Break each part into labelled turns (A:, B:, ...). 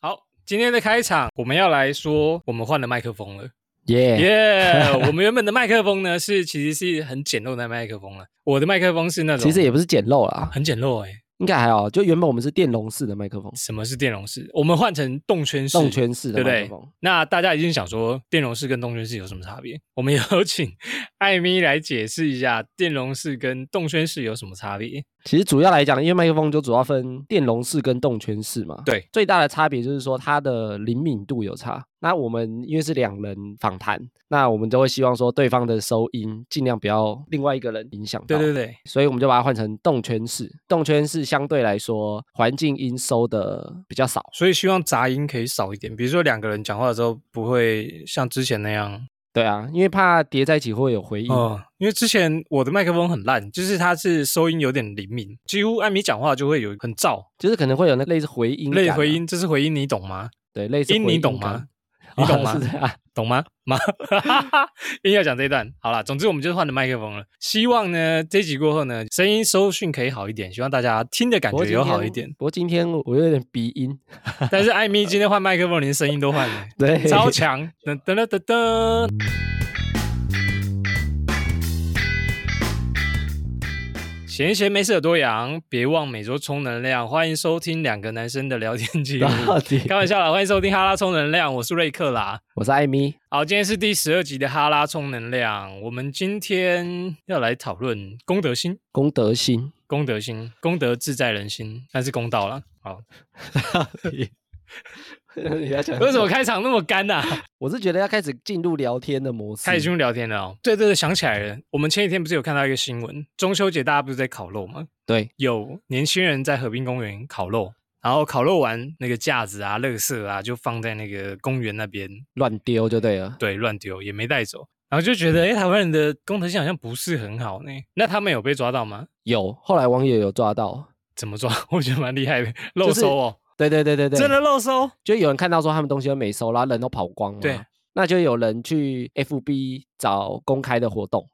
A: 好，今天的开场我们要来说，我们换了麦克风了，
B: 耶！
A: 耶、我们原本的麦克风呢是其实是很简陋的麦克风了，我的麦克风是那种
B: 其实也不是简陋啦，
A: 很简陋哎、
B: 应该还好。就原本我们是电容式的麦克风，
A: 什么是电容式？我们换成动圈式。
B: 动圈式
A: 对
B: 的
A: 不
B: 麦克
A: 对
B: 风。？
A: 那大家一定想说，电容式跟动圈式有什么差别？我们有请 艾米来解释一下电容式跟动圈式有什么差别。
B: 其实主要来讲，因为麦克风就主要分电容式跟动圈式嘛。
A: 对，
B: 最大的差别就是说它的灵敏度有差。那我们因为是两人访谈，那我们就会希望说对方的收音尽量不要另外一个人影响
A: 对
B: 到。
A: 对对，
B: 所以我们就把它换成动圈式。动圈式相对来说环境音收的比较少。
A: 所以希望杂音可以少一点，比如说两个人讲话的时候不会像之前那样
B: 对啊，因为怕叠在一起会有回音。
A: 哦，因为之前我的麦克风很烂，就是它是收音有点灵敏，几乎艾米讲话就会有很燥，
B: 就是可能会有那类似回音、啊
A: 类回，音，这是回音，你懂吗？
B: 对，类似
A: 音
B: 回
A: 你懂
B: 感
A: 吗？？ 你懂吗
B: 啊？是的啊，
A: 懂吗？ 妈，硬要讲这一段。好啦，总之我们就是换了麦克风了。希望呢，这一集过后呢，声音收讯可以好一点，希望大家听的感
B: 不过
A: 觉
B: 今
A: 有好
B: 天
A: 一点。
B: 不过今天我有点鼻音，
A: 但是艾米今天换麦克风，连声音都换了，
B: 对，
A: 超强！噔噔噔噔噔。闲闲没事有多养，别忘每周充能量。欢迎收听两个男生的聊天 记录，
B: 到底。
A: 开玩笑啦，欢迎收听哈拉充能量，我是瑞克啦。
B: 我是艾米，
A: 好，今天是第十二集的哈拉充能量。我们今天要来讨论功德心，
B: 功 德心，
A: 功德心，功德自在人心，那是公道啦。 好，
B: 你要讲
A: 为什么？开场那么干啊呐、
B: 我是觉得要开始进入聊天的模式，
A: 开始进入聊天了哦。对对对，想起来了，我们前几天不是有看到一个新闻，中秋节大家不是在烤肉吗？
B: 对，
A: 有年轻人在河滨公园烤肉，然后烤肉完那个架子啊、垃圾啊，就放在那个公园那边，
B: 乱丢就对了。
A: 对，乱丢也没带走。然后就觉
B: 嗯
A: 得，哎，台湾人的公德心好像不是很好呢。那他们有被抓到吗？
B: 有，后来网友有抓到，
A: 怎么抓？我觉得蛮厉害的，漏
B: 就是
A: 收哦，
B: 对对对对对，
A: 真的，漏收。
B: 就有人看到说他们东西都没收，然后人都跑光了，
A: 对，
B: 那就有人去 FB 找公开的活动，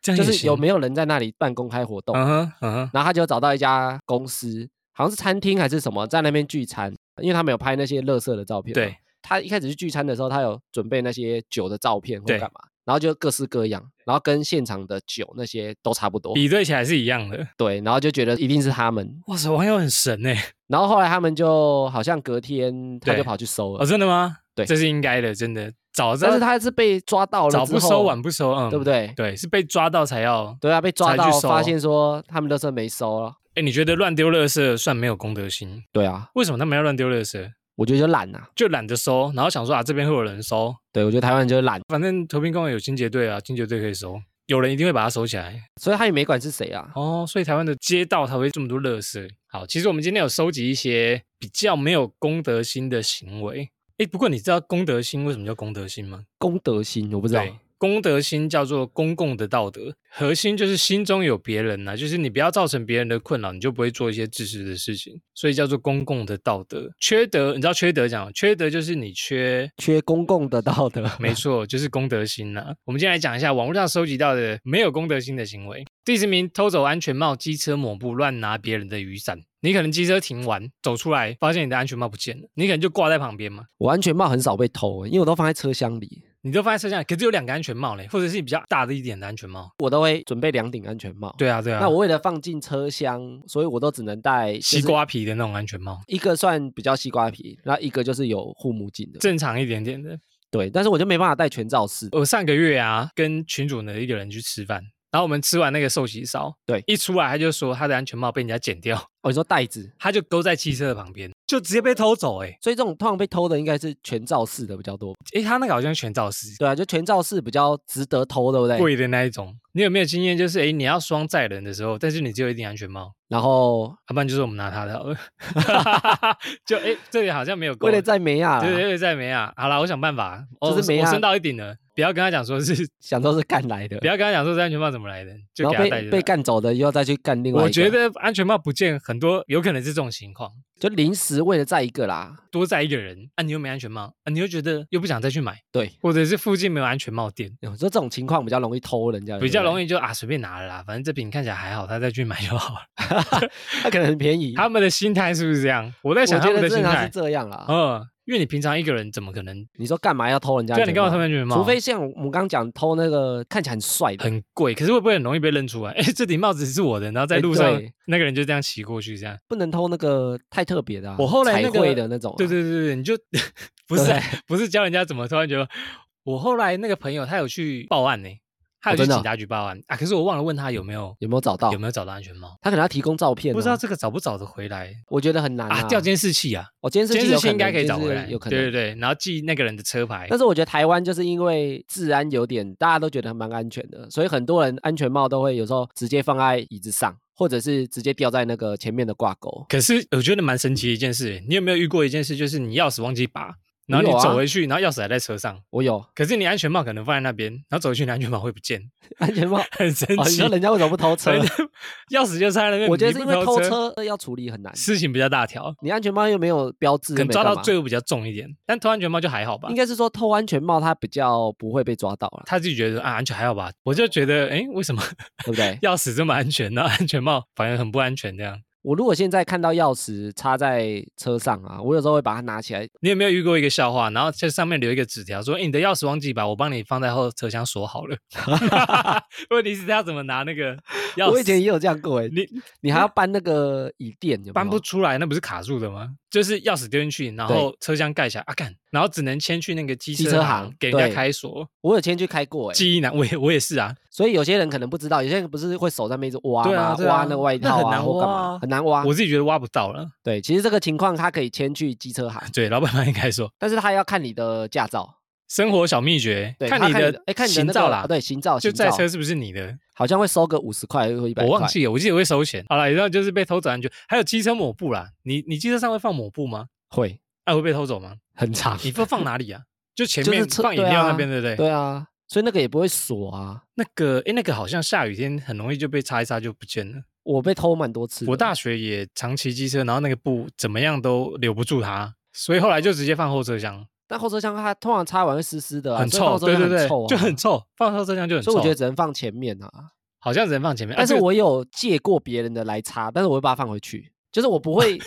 A: 这样
B: 就
A: 也
B: 是
A: 行
B: 有没有人在那里办公开活动，
A: 嗯哼嗯哼，
B: 然后他就找到一家公司，好像是餐厅还是什么，在那边聚餐，因为他们有拍那些乐色的照片。
A: 对，
B: 他一开始去聚餐的时候，他有准备那些酒的照片或
A: 对
B: 干嘛，然后就各式各样，然后跟现场的酒那些都差不多。
A: 比对起来是一样的。
B: 对，然后就觉得一定是他们，
A: 哇塞，网友很神哎！
B: 然后后来他们就好像隔天他
A: 对
B: 就跑去收
A: 哦，
B: 了，
A: 真的吗？
B: 对
A: 这是应该的，真的。早知道
B: 但是他是被抓到了
A: 早
B: 之
A: 不收
B: 后
A: 晚不收，嗯，
B: 对不？对？
A: 对，是被抓到才要。
B: 对啊，被抓
A: 才去
B: 到
A: 收
B: 发现说他们乐色没收了。
A: 哎，你觉得乱丢垃圾算没有公德心？
B: 对啊，
A: 为什么他们要乱丢垃圾？
B: 我觉得就懒啊，
A: 就懒得收，然后想说啊，这边会有人收，
B: 对我觉得台湾人就是懒，
A: 反正和平公园有清洁队啊，清洁队可以收，有人一定会把它收起来。
B: 所以他也没管是谁啊。
A: 哦，所以台湾的街道才会这么多垃圾。好，其实我们今天有收集一些比较没有公德心的行为。诶，不过你知道公德心为什么叫公德心吗？
B: 公德心我不知道，
A: 对，公德心叫做公共的道德，核心就是心中有别人呐、就是你不要造成别人的困扰，你就不会做一些自私的事情，所以叫做公共的道德。缺德，你知道缺德讲，缺德就是你缺。
B: 缺公共的道 德。
A: 没错，就是公德心呐、我们今天来讲一下网络上收集到的没有公德心的行为。第十名，偷走安全帽、机车抹布，乱拿别人的雨伞。你可能机车停完走出来，发现你的安全帽不见了，你可能就挂在旁边嘛。
B: 我安全帽很少被偷、因为我都放在车厢里，
A: 你都放在车厢里，可是有两个安全帽嘞，或者是比较大的一点的安全帽。
B: 我都会准备两顶安全帽。、
A: 对啊，对啊。
B: 那我为了放进车厢，所以我都只能戴
A: 西，瓜皮的那种安全帽，
B: 一个算比较西瓜皮，那一个就是有护目镜的。
A: 正常一点点的。
B: 对，但是我就没办法戴全罩式。
A: 我上个月啊，跟群主的一个人去吃饭，然后我们吃完那个寿喜烧，
B: 对
A: 一出来他就说他的安全帽被人家剪掉，
B: 哦，你说袋子，
A: 他就勾在汽车的旁边，就直接被偷走、欸。
B: 所以这种通常被偷的应该是全罩式的比较多。
A: 诶，他那个好像全罩式，
B: 对啊，就全罩式比较值得偷，对不对？
A: 贵的那一种。你有没有经验？就是诶，你要双载人的时候，但是你只有一顶安全帽，啊
B: 然后
A: 要、不然就是我们拿他的好 了。 就诶，这里好像没有勾。啊
B: 为了在梅亚啦，
A: 对对对，在没啊，好了，我想办法，哦
B: 就是梅
A: 我
B: 亚
A: 升到一顶了，不要跟他讲说是，
B: 想说是干来的
A: 不，要跟他讲说这安全帽怎么来的，就
B: 然后
A: 给他带
B: 被
A: 着
B: 被
A: 来
B: 干走的又要再去干另外一个。
A: 我觉得安全帽不见很很多有可能是这种情况，
B: 就临时为了载一个啦。
A: 多载一个人啊，你又没安全帽啊，你又觉得又不想再去买，
B: 对，
A: 或者是附近没有安全帽店，
B: 有说这种情况比较容易偷人家，
A: 比较容
B: 易，
A: 易就啊随便拿了啦，反正这瓶看起来还好，他再去买就好了。
B: 他可能很便宜。
A: 他们的心态是不是这样？我在
B: 我
A: 想他
B: 觉
A: 们
B: 得
A: 的心
B: 正常是
A: 态，
B: 这样啦。
A: 嗯，因为你平常一个人怎么可能？
B: 你说干嘛要偷人家？
A: 对啊，你干嘛偷安全帽？
B: 除非像我们刚讲偷那个看起来很帅的，
A: 很贵，可是会不会很容易被认出来？哎，这顶帽子是我的，然后在
B: 哎
A: 路上
B: 对
A: 那个人就这样骑过去，这样。
B: 不能偷那个太特别的啊、
A: 我后来那
B: 彩
A: 个
B: 绘的那种啊、
A: 对对对对，你就不
B: 对不
A: 是
B: 对
A: 啊不是教人家怎么突然觉得，我后来那个朋友他有去报案呢、他有
B: 哦
A: 去
B: 真的哦嗯
A: 警察局报案、啊，可是我忘了问他有没有
B: 有没有找到？
A: 有没有找到安全帽，
B: 他可能要提供照片、啊，
A: 不知道这个找不找得回来
B: 我觉得很难
A: 啊？调监视器啊，
B: 我监视
A: 监
B: 器
A: 视
B: 有
A: 器
B: 可
A: 应该
B: 能
A: 可以
B: 就
A: 找
B: 是
A: 回来，
B: 有可
A: 对对
B: 能。
A: 对，然后记那个人的车牌
B: 但，是我觉得台湾就是因为治安有点，大家都觉得蛮安全的，所以很多人安全帽都会有时候直接放在椅子上，或者是直接吊在那个前面的挂钩。
A: 可是我觉得蛮神奇的一件事，你有没有遇过一件事，就是你钥匙忘记拔，然后
B: 我有
A: 你
B: 啊
A: 走回去，然后钥匙还在车上，
B: 我有
A: 可是你安全帽可能放在那边，然后走回去，你安全帽会不见，
B: 安全帽，哦，
A: 很神
B: 你
A: 奇。
B: 说人家为什么不偷车？
A: 人家钥匙就在那边，
B: 我觉得
A: 你
B: 是因
A: 不
B: 为偷
A: 车
B: 车要处理很难，
A: 事情比较大条，
B: 你安全帽又没有标志，
A: 可能
B: 没
A: 抓
B: 干
A: 到
B: 嘛
A: 罪。恶比较重一点，但偷安全帽就还好吧
B: 应。该是说偷安全帽，他比较不会被抓到 了，
A: 他自己觉得啊，安全还好吧？我就觉得，哎，为什么？
B: 对不 对
A: 钥匙这么安全呢？ 安全帽反而很不安全这样。
B: 我如果现在看到钥匙插在车上啊，我有时候会把它拿起来，
A: 你有没有遇过一个笑话？然后在上面留一个纸条说：“哎，你的钥匙忘记把我帮你放在后车厢锁好了。” 问题是他怎么拿那个钥匙？
B: 我以前也有这样过哎、
A: 你
B: 你还要搬那个椅垫，有没有
A: 搬不出来，那不是卡住的吗？就是钥匙丢进去，然后车厢盖起来啊，干，然后只能先去那个机
B: 机
A: 车
B: 车
A: 行
B: 行
A: 给人家
B: 对
A: 开锁。
B: 我有先去开过哎、
A: 记忆难，我也我也是啊，
B: 所以有些人可能不知道，有些人不是会手上面一直挖吗？
A: 对啊对啊
B: 挖那个外
A: 那
B: 套
A: 很
B: 啊，
A: 难
B: 或干
A: 挖啊
B: 嘛，很难挖
A: 我。自己觉得挖不到了。
B: 对，其实这个情况他可以先去机车行，
A: 对，老板妈应该说
B: 但是他要看你的驾照，
A: 生活小秘诀，
B: 对，
A: 看
B: 他
A: 你的
B: 哎看你的
A: 行
B: 那
A: 照
B: 个
A: 啦，
B: 啊对，行照，
A: 就
B: 行
A: 载
B: 照
A: 车是不是你的？
B: 好像会收个五十块或一百
A: 我
B: 块，
A: 忘记了，我记得会收钱。好了，然后就是被偷走安全，还有机车抹布啦。你你机车上会放抹布吗？
B: 会
A: 哎、会被偷走吗？
B: 很 长，
A: 你放放哪里啊？就前
B: 就是
A: 面
B: 车
A: 放饮
B: 对
A: 料
B: 啊
A: 那边，对不对？
B: 对啊，所以那个也不会锁啊。
A: 那个哎，那个好像下雨天很容易就被擦一擦就不见了。
B: 我被偷蛮多次的，
A: 我大学也常骑机车，然后那个布怎么样都留不住它，所以后来就直接放后车厢，
B: 但后车厢它通常擦完会湿湿的啊、
A: 很
B: 所以
A: 臭，
B: 放后车
A: 对
B: 厢
A: 对对
B: 很臭、啊，，
A: 就很。臭，放后车厢就很臭。
B: 所以我觉得只能放前面啊。
A: 好像只能放前面，啊
B: 但是
A: 这个
B: 我有借过别人的来擦，但是我会把它放回去，就是我 不会，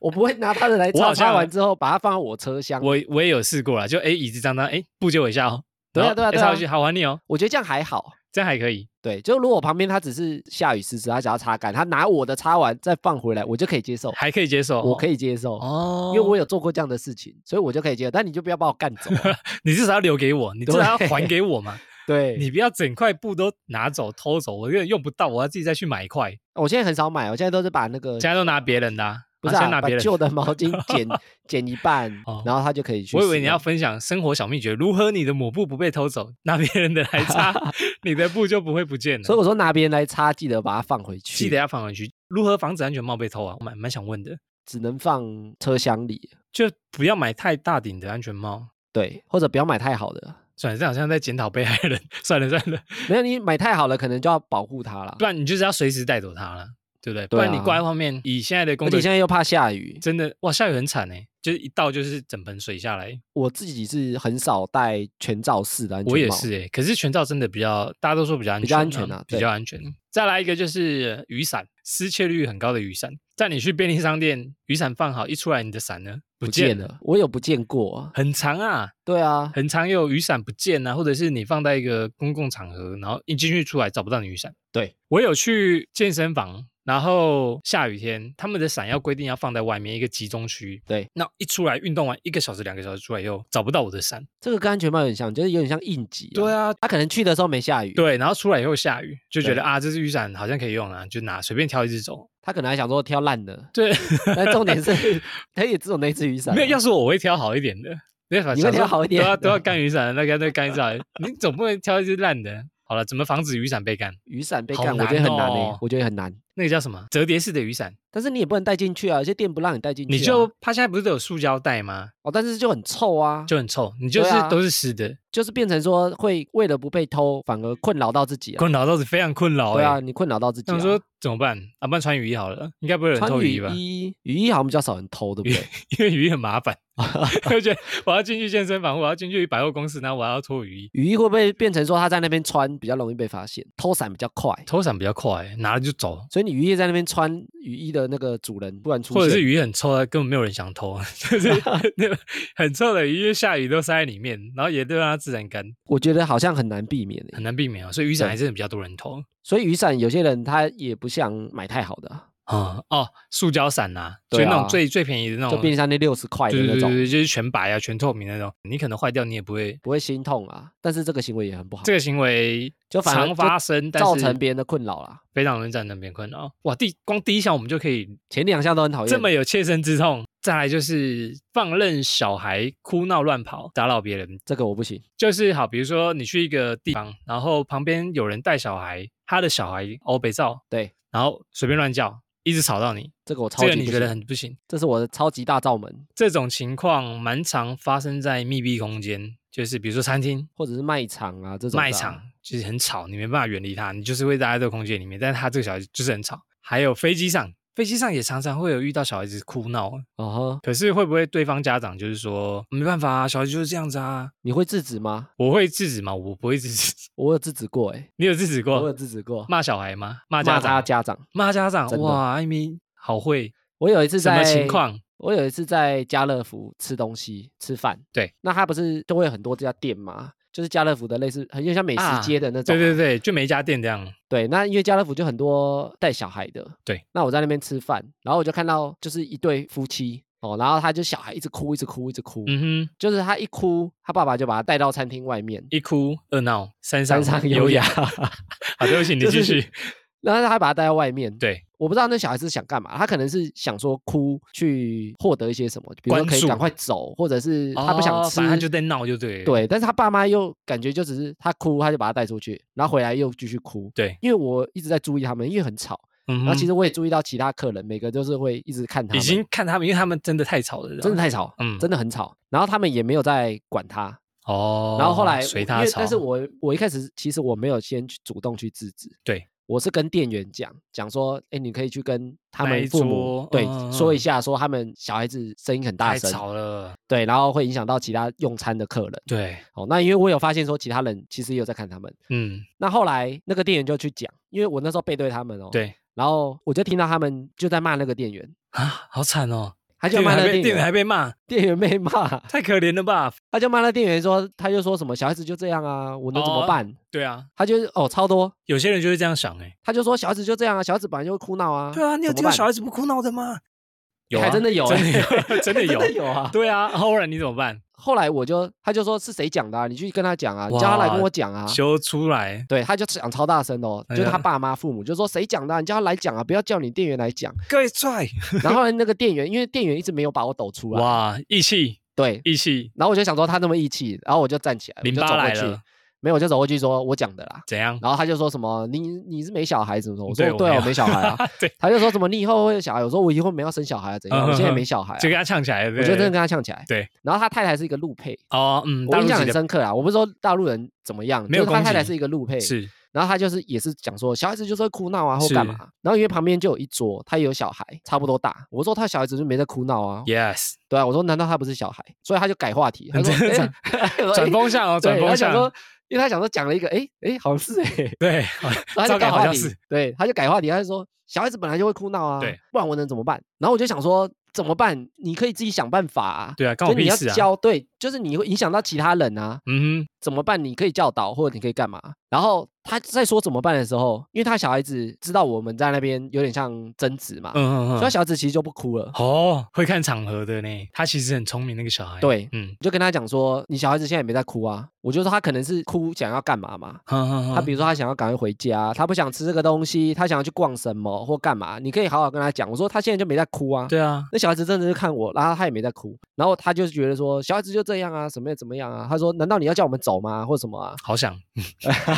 B: 我不会拿他的来
A: 我
B: 擦，
A: 好像
B: 擦完之后把它放到我车厢。我
A: 我我也有试过啦，就哎椅子脏脏，哎不借我一下哦，
B: 对啊
A: 然后
B: 对啊
A: 哎
B: 对啊
A: 擦回去好还你哦，
B: 我觉得这样还好。
A: 这样还可以。
B: 对，就如果旁边他只是下雨湿湿，他想要擦干，他拿我的擦完再放回来，我就可以接受，
A: 还可以接受哦，
B: 我可以接受，
A: 哦
B: 因为我有做过这样的事情，所以我就可以接受。但你就不要把我干走啊、
A: 你至少要留给我，你至少要还给我嘛，
B: 对，
A: 你不要整块布都拿走偷走，我这个用不到，我要自己再去买一块，
B: 我现在很少买，我现在都是把那个
A: 现在都拿别人的啊，
B: 不是、
A: 啊
B: 啊、
A: 先拿
B: 把
A: 别人的。
B: 旧的 毛巾剪剪一半
A: 哦，
B: 然后他就可以去使
A: 我
B: 用。
A: 以为你要分享生活小秘诀，如何你的抹布不被偷走，拿别人的来 擦，你的布就不会不见了。
B: 所以我说拿别人来擦，记得把它放回去，
A: 记得要放回去。如何防止安全帽被偷啊？我蛮蛮想问的，
B: 只能放车厢里，
A: 就不要买太大顶的安全帽。
B: 对，或者不要买太好的，
A: 算了，这好像在检讨被害人。算了算了，
B: 没有你买太好了，可能就要保护它了
A: 不。然你就是要随时带走它了，对不对？不
B: 对啊
A: 然你挂在方面，以现在的
B: 而
A: 工
B: 且
A: 作
B: 现，在又怕下雨，
A: 真的哇，下雨很惨哎，就是一倒就是整盆水下来。
B: 我自己是很少戴全罩式的安全帽，
A: 我也是哎，可是全罩真的比较，大家都说比较安全、
B: 比较安全啊
A: 比
B: 对
A: 较安全。再来一个就是雨伞，失窃率很高的雨伞，在你去便利商店，雨伞放好，一出来你的伞呢不
B: 不
A: 见
B: 见
A: 了，
B: 了，我有不见过啊，
A: 很长啊，
B: 对啊，
A: 很常有雨伞不见啊，或者是你放在一个公共场合，然后一进去出来找不到你雨伞。
B: 对
A: 我有去健身房，然后下雨天，他们的伞要规定要放在外面一个集中区。
B: 对，
A: 那一出来运动完一个小时、两个小时出来以后，找不到我的伞。
B: 这个跟安全帽有点像，就是有点像应急、
A: 对
B: 啊，
A: 啊，
B: 他可能去的时候没下雨，，
A: 对，然后出来以后下雨，就觉得
B: 对
A: 啊，这支雨伞好像可以用啊，就拿随便挑一只走。
B: 他可能还想说挑 烂的，
A: 对，
B: 但重点是他也只有那只雨伞啊，
A: 没有，要是我我会挑好一点的。对，啊反
B: 你
A: 想
B: 会
A: 说
B: 挑好一点
A: 都要
B: 的
A: 都要干雨伞，那个那个干伞，你总不能挑一只烂的。好了，怎么防止雨伞被干？
B: 雨伞被
A: 好
B: 干，我觉
A: 难
B: 得很难诶、
A: 哦
B: 我觉得很难。
A: 那个叫什么折叠式的雨伞？
B: 但是你也不能带进去啊，有些店不让你带进去啊、
A: 你就它现在不是都有塑胶袋吗？
B: 哦，但是就很臭啊，就
A: 就很臭，你就是
B: 对啊
A: 都是湿的，
B: 就是变成说会为了不被偷，反而困扰到自己啊。
A: 困扰倒是非常困扰、欸。
B: 对啊，，你困扰到自己、啊。
A: 想说怎么办？啊，不然穿雨衣好了，应该不会有人
B: 穿
A: 偷
B: 雨
A: 衣吧？
B: 衣，雨衣好像比较少人偷，对不对？
A: 因为雨衣很麻 烦，我觉得我要进去健身房，我要进去百货公司，然后我还要脱雨衣，
B: 雨衣会不会变成说他在那边穿比较容易被发现，偷伞比较快？
A: 头伞比较快，欸拿了就走。
B: 所以你雨衣在那边穿雨衣的那个主人突然出现，
A: 或者是雨衣很臭，啊根本没有人想偷， 就是那个很臭的雨，因为下雨都塞在里面，然后也都让它自然干，
B: 我觉得好像很难避免、欸、
A: 很难避免啊。所以雨伞
B: 对
A: 还真的比较多人偷
B: 所以雨伞有些人他也不想买太好的啊、
A: 啊、哦，塑胶伞呐，就
B: 对啊
A: 那种最最便宜的那
B: 就
A: 种，
B: 便利商店六十块的
A: 哦对对
B: 那
A: 对
B: 种，
A: 对，就是全白啊、全透明那种，你可能坏掉你也不会。
B: 不会心痛啊。但是这个行为也很不好，
A: 这个行为
B: 就反而
A: 常发生，但
B: 造
A: 是
B: 成别人的困扰啦。
A: 非常容易造成别人困扰。哇，第光第一项我们就可以
B: 前两项都很讨厌，
A: 这么有切身之痛。再来就是放任小孩哭闹乱跑，打扰别人，
B: 这个我不行，
A: 就是好，比如说你去一个地方，然后旁边有人带小孩，他的小孩哦北照，
B: 对，
A: 然后随便乱叫，一直吵到你，
B: 这个我超
A: 这个
B: 级不行。
A: 你觉得很不行。
B: 这是我的超级大罩门，
A: 这种情况蛮常发生在密闭空间，就是比如说餐厅、
B: 或者是卖场啊这种的啊
A: 卖场，就是很吵，你没办法远离他，你就是会待在这个空间里面，但是他这个小孩就是很吵。还有飞机上，飞机上也常常会有遇到小孩子哭闹，
B: 哦呵，
A: 可是会不会对方家长就是说没办法啊，小孩就是这样子啊？
B: 你会制止吗？
A: 我会制止吗？我不会制止。
B: 我有制止过哎、
A: 你有制止过？
B: 我有制止过，
A: 骂小孩吗？骂
B: 骂
A: 家
B: 他
A: 长？
B: 家长。
A: 骂家长？
B: 真的
A: 哇，艾米好会，
B: 我有一次
A: 什
B: 在
A: 么情？况？
B: 我有一次在家乐福吃东西吃饭，
A: 对，
B: 那他不是都会有很多这家店吗？就是家乐福的类似，很有点像美食街的那种、
A: 啊
B: 啊
A: 对对对，就每一家店这样。
B: 对，那因为家乐福就很多带小孩的，
A: 对。
B: 那我在那边吃饭，然后我就看到就是一对夫妻哦，然后他就小孩一直哭，一直哭，一直哭，
A: 嗯哼，
B: 就是他一哭，他爸爸就把他带到餐厅外面，
A: 一哭二闹三
B: 山
A: 上
B: 上
A: 优
B: 优雅。
A: 好，对不起，你
B: 就
A: 继
B: 是
A: 续。
B: 然后他还把他带到外面，
A: 对，
B: 我不知道那小孩是想干嘛，他可能是想说哭去获得一些什么，比如说
A: 关
B: 可以赶
A: 注
B: 快走，或者是他不想
A: 哦
B: 吃，
A: 反正他就在闹，就对了。
B: 对，但是他爸妈又感觉就只是他哭，他就把他带出去，然后回来又继续哭。
A: 对，
B: 因为我一直在注意他们，因为很吵，
A: 嗯
B: 然后
A: 哼，
B: 其实我也注意到其他客人，每个都是会一直看他们，
A: 已经看他们，因为他们真的太吵了，
B: 真的太吵，
A: 嗯
B: 真的很吵。然后他们也没有在管他，
A: 哦。
B: 然后后来
A: 随
B: 因
A: 他
B: 为
A: 吵，
B: 但是我我一开始其实我没有先去主动去制止，
A: 对。
B: 我是跟店员讲讲说，哎，你可以去跟他
A: 哪一
B: 们父母
A: 桌
B: 对
A: 嗯嗯
B: 说一
A: 嗯
B: 下，说他们小孩子声音很大
A: 太
B: 声，
A: 吵了。
B: 对，然后会影响到其他用餐的客人。
A: 对，
B: 哦，那因为我有发现说其他人其实也有在看他们。
A: 嗯，
B: 那后来那个店员就去讲，因为我那时候背对他们哦，，
A: 对
B: 然后我就听到他们就在骂那个店员，
A: 啊，好惨哦。
B: 他就
A: 店员
B: 骂
A: 还
B: 那
A: 被
B: 个店
A: 店员还
B: 员，
A: 被骂，
B: 店员被骂，
A: 太可怜了 吧？
B: 他就骂那店员说，他就说什么小孩子就这样啊，我能怎
A: 哦
B: 么办？
A: 对啊，
B: 他就是哦超多，
A: 有些人就是这样想哎。
B: 他就说小孩子就这样啊，小孩子本来就会哭闹啊，
A: 对啊，你有
B: 怎
A: 听到
B: 么办
A: 小孩子不哭闹的吗？有、啊，
B: 还真的有
A: 真
B: 欸
A: 的 有，真的有，
B: 真的有啊。
A: 对啊，后来你怎么办？
B: 后来我就他就说是谁讲的啊，你去跟他讲啊，你
A: 哇
B: 叫他来跟我讲啊。
A: 修出来，
B: 对，他就讲超大声哦，
A: 哎
B: 就
A: 呀
B: 是他爸妈父母就说谁讲的啊，你叫他来讲啊，不要叫你店员来讲。
A: 各帅，
B: 然后呢，那个店员因为店员一直没有把我抖出来，
A: 哇，义气，
B: 对，
A: 义气，
B: 然后我就想说他那么义气，然后我就站起来，我
A: 淋
B: 就
A: 巴
B: 走
A: 来
B: 过去
A: 了，，
B: 没有，我就走过去说我讲的啦。
A: 怎样？
B: 然后他就说什么你你是没小孩怎么说？我
A: 嗯对
B: 说
A: 我
B: 对
A: 没
B: 啊，
A: 有
B: 我没小孩 啊。
A: 对，
B: 他就说什么你以后会有小孩？我说我以后没有生小孩啊，怎样？
A: 嗯
B: 我现在
A: 哼
B: 没小孩啊。
A: 就跟他呛起来了，
B: 我
A: 对
B: 就
A: 不
B: 真
A: 对
B: 的跟他呛起来。
A: 对，
B: 然后他太太是一个陆配，
A: 哦，嗯，
B: 我
A: 大
B: 印
A: 陆
B: 象
A: 籍
B: 很
A: 的
B: 深刻啊。我不是说大陆人怎么样，
A: 没有
B: 就是他
A: 攻
B: 太太
A: 击
B: 是一个陆配，
A: 是
B: 然后他就是也是讲说小孩子就是会哭闹啊或
A: 是
B: 干嘛，然后因为旁边就有一桌，他也有小孩，差不多大。我说他小孩子就没在哭闹啊，
A: ，yes，
B: 对啊，我说难道他不是小孩？所以他就改话题，他
A: 很
B: 说
A: 正 常
B: 哎我说
A: 转
B: 哎
A: 风向哦，转
B: 对，他
A: 风向
B: 想说，，因为他想说讲了一个，哎哎，好像是哎，
A: 对，哦
B: 然后他
A: 照
B: 就
A: 改
B: 改
A: 好
B: 话
A: 像
B: 题
A: 是，，
B: 对，他就改话题，他就说小孩子本来就会哭闹啊，
A: 对，
B: 不然我能怎么办？然后我就想说怎么办？你可以自己想办法啊，
A: 对啊， 关我
B: 就你
A: 屁
B: 要
A: 事啊，
B: 教，对，就是你会影响到其他人啊，
A: 嗯哼，
B: 怎么办？你可以教导或者你可以干嘛？然后他在说怎么办的时候，因为他小孩子知道我们在那边有点像争执嘛，
A: 嗯嗯
B: 所以他
A: 嗯，
B: 小孩子其实就不哭了。
A: 哦，会看场合的呢，他其实很聪明那个小孩，
B: 对
A: 嗯，
B: 我就跟他讲说，你小孩子现在也没在哭啊。我就说他可能是哭想要干嘛嘛，他
A: 他
B: 比如说他想要赶快回家，他不想吃这个东西，他想要去逛什么或干嘛，你可以好好跟他讲。我说他现在就没在哭啊。
A: 对啊，
B: 那小孩子真的是看我，然后他也没在哭，然后他就觉得说小孩子就这样啊，怎么样怎么样啊？他说难道你要叫我们走吗，或什么啊？
A: 好想，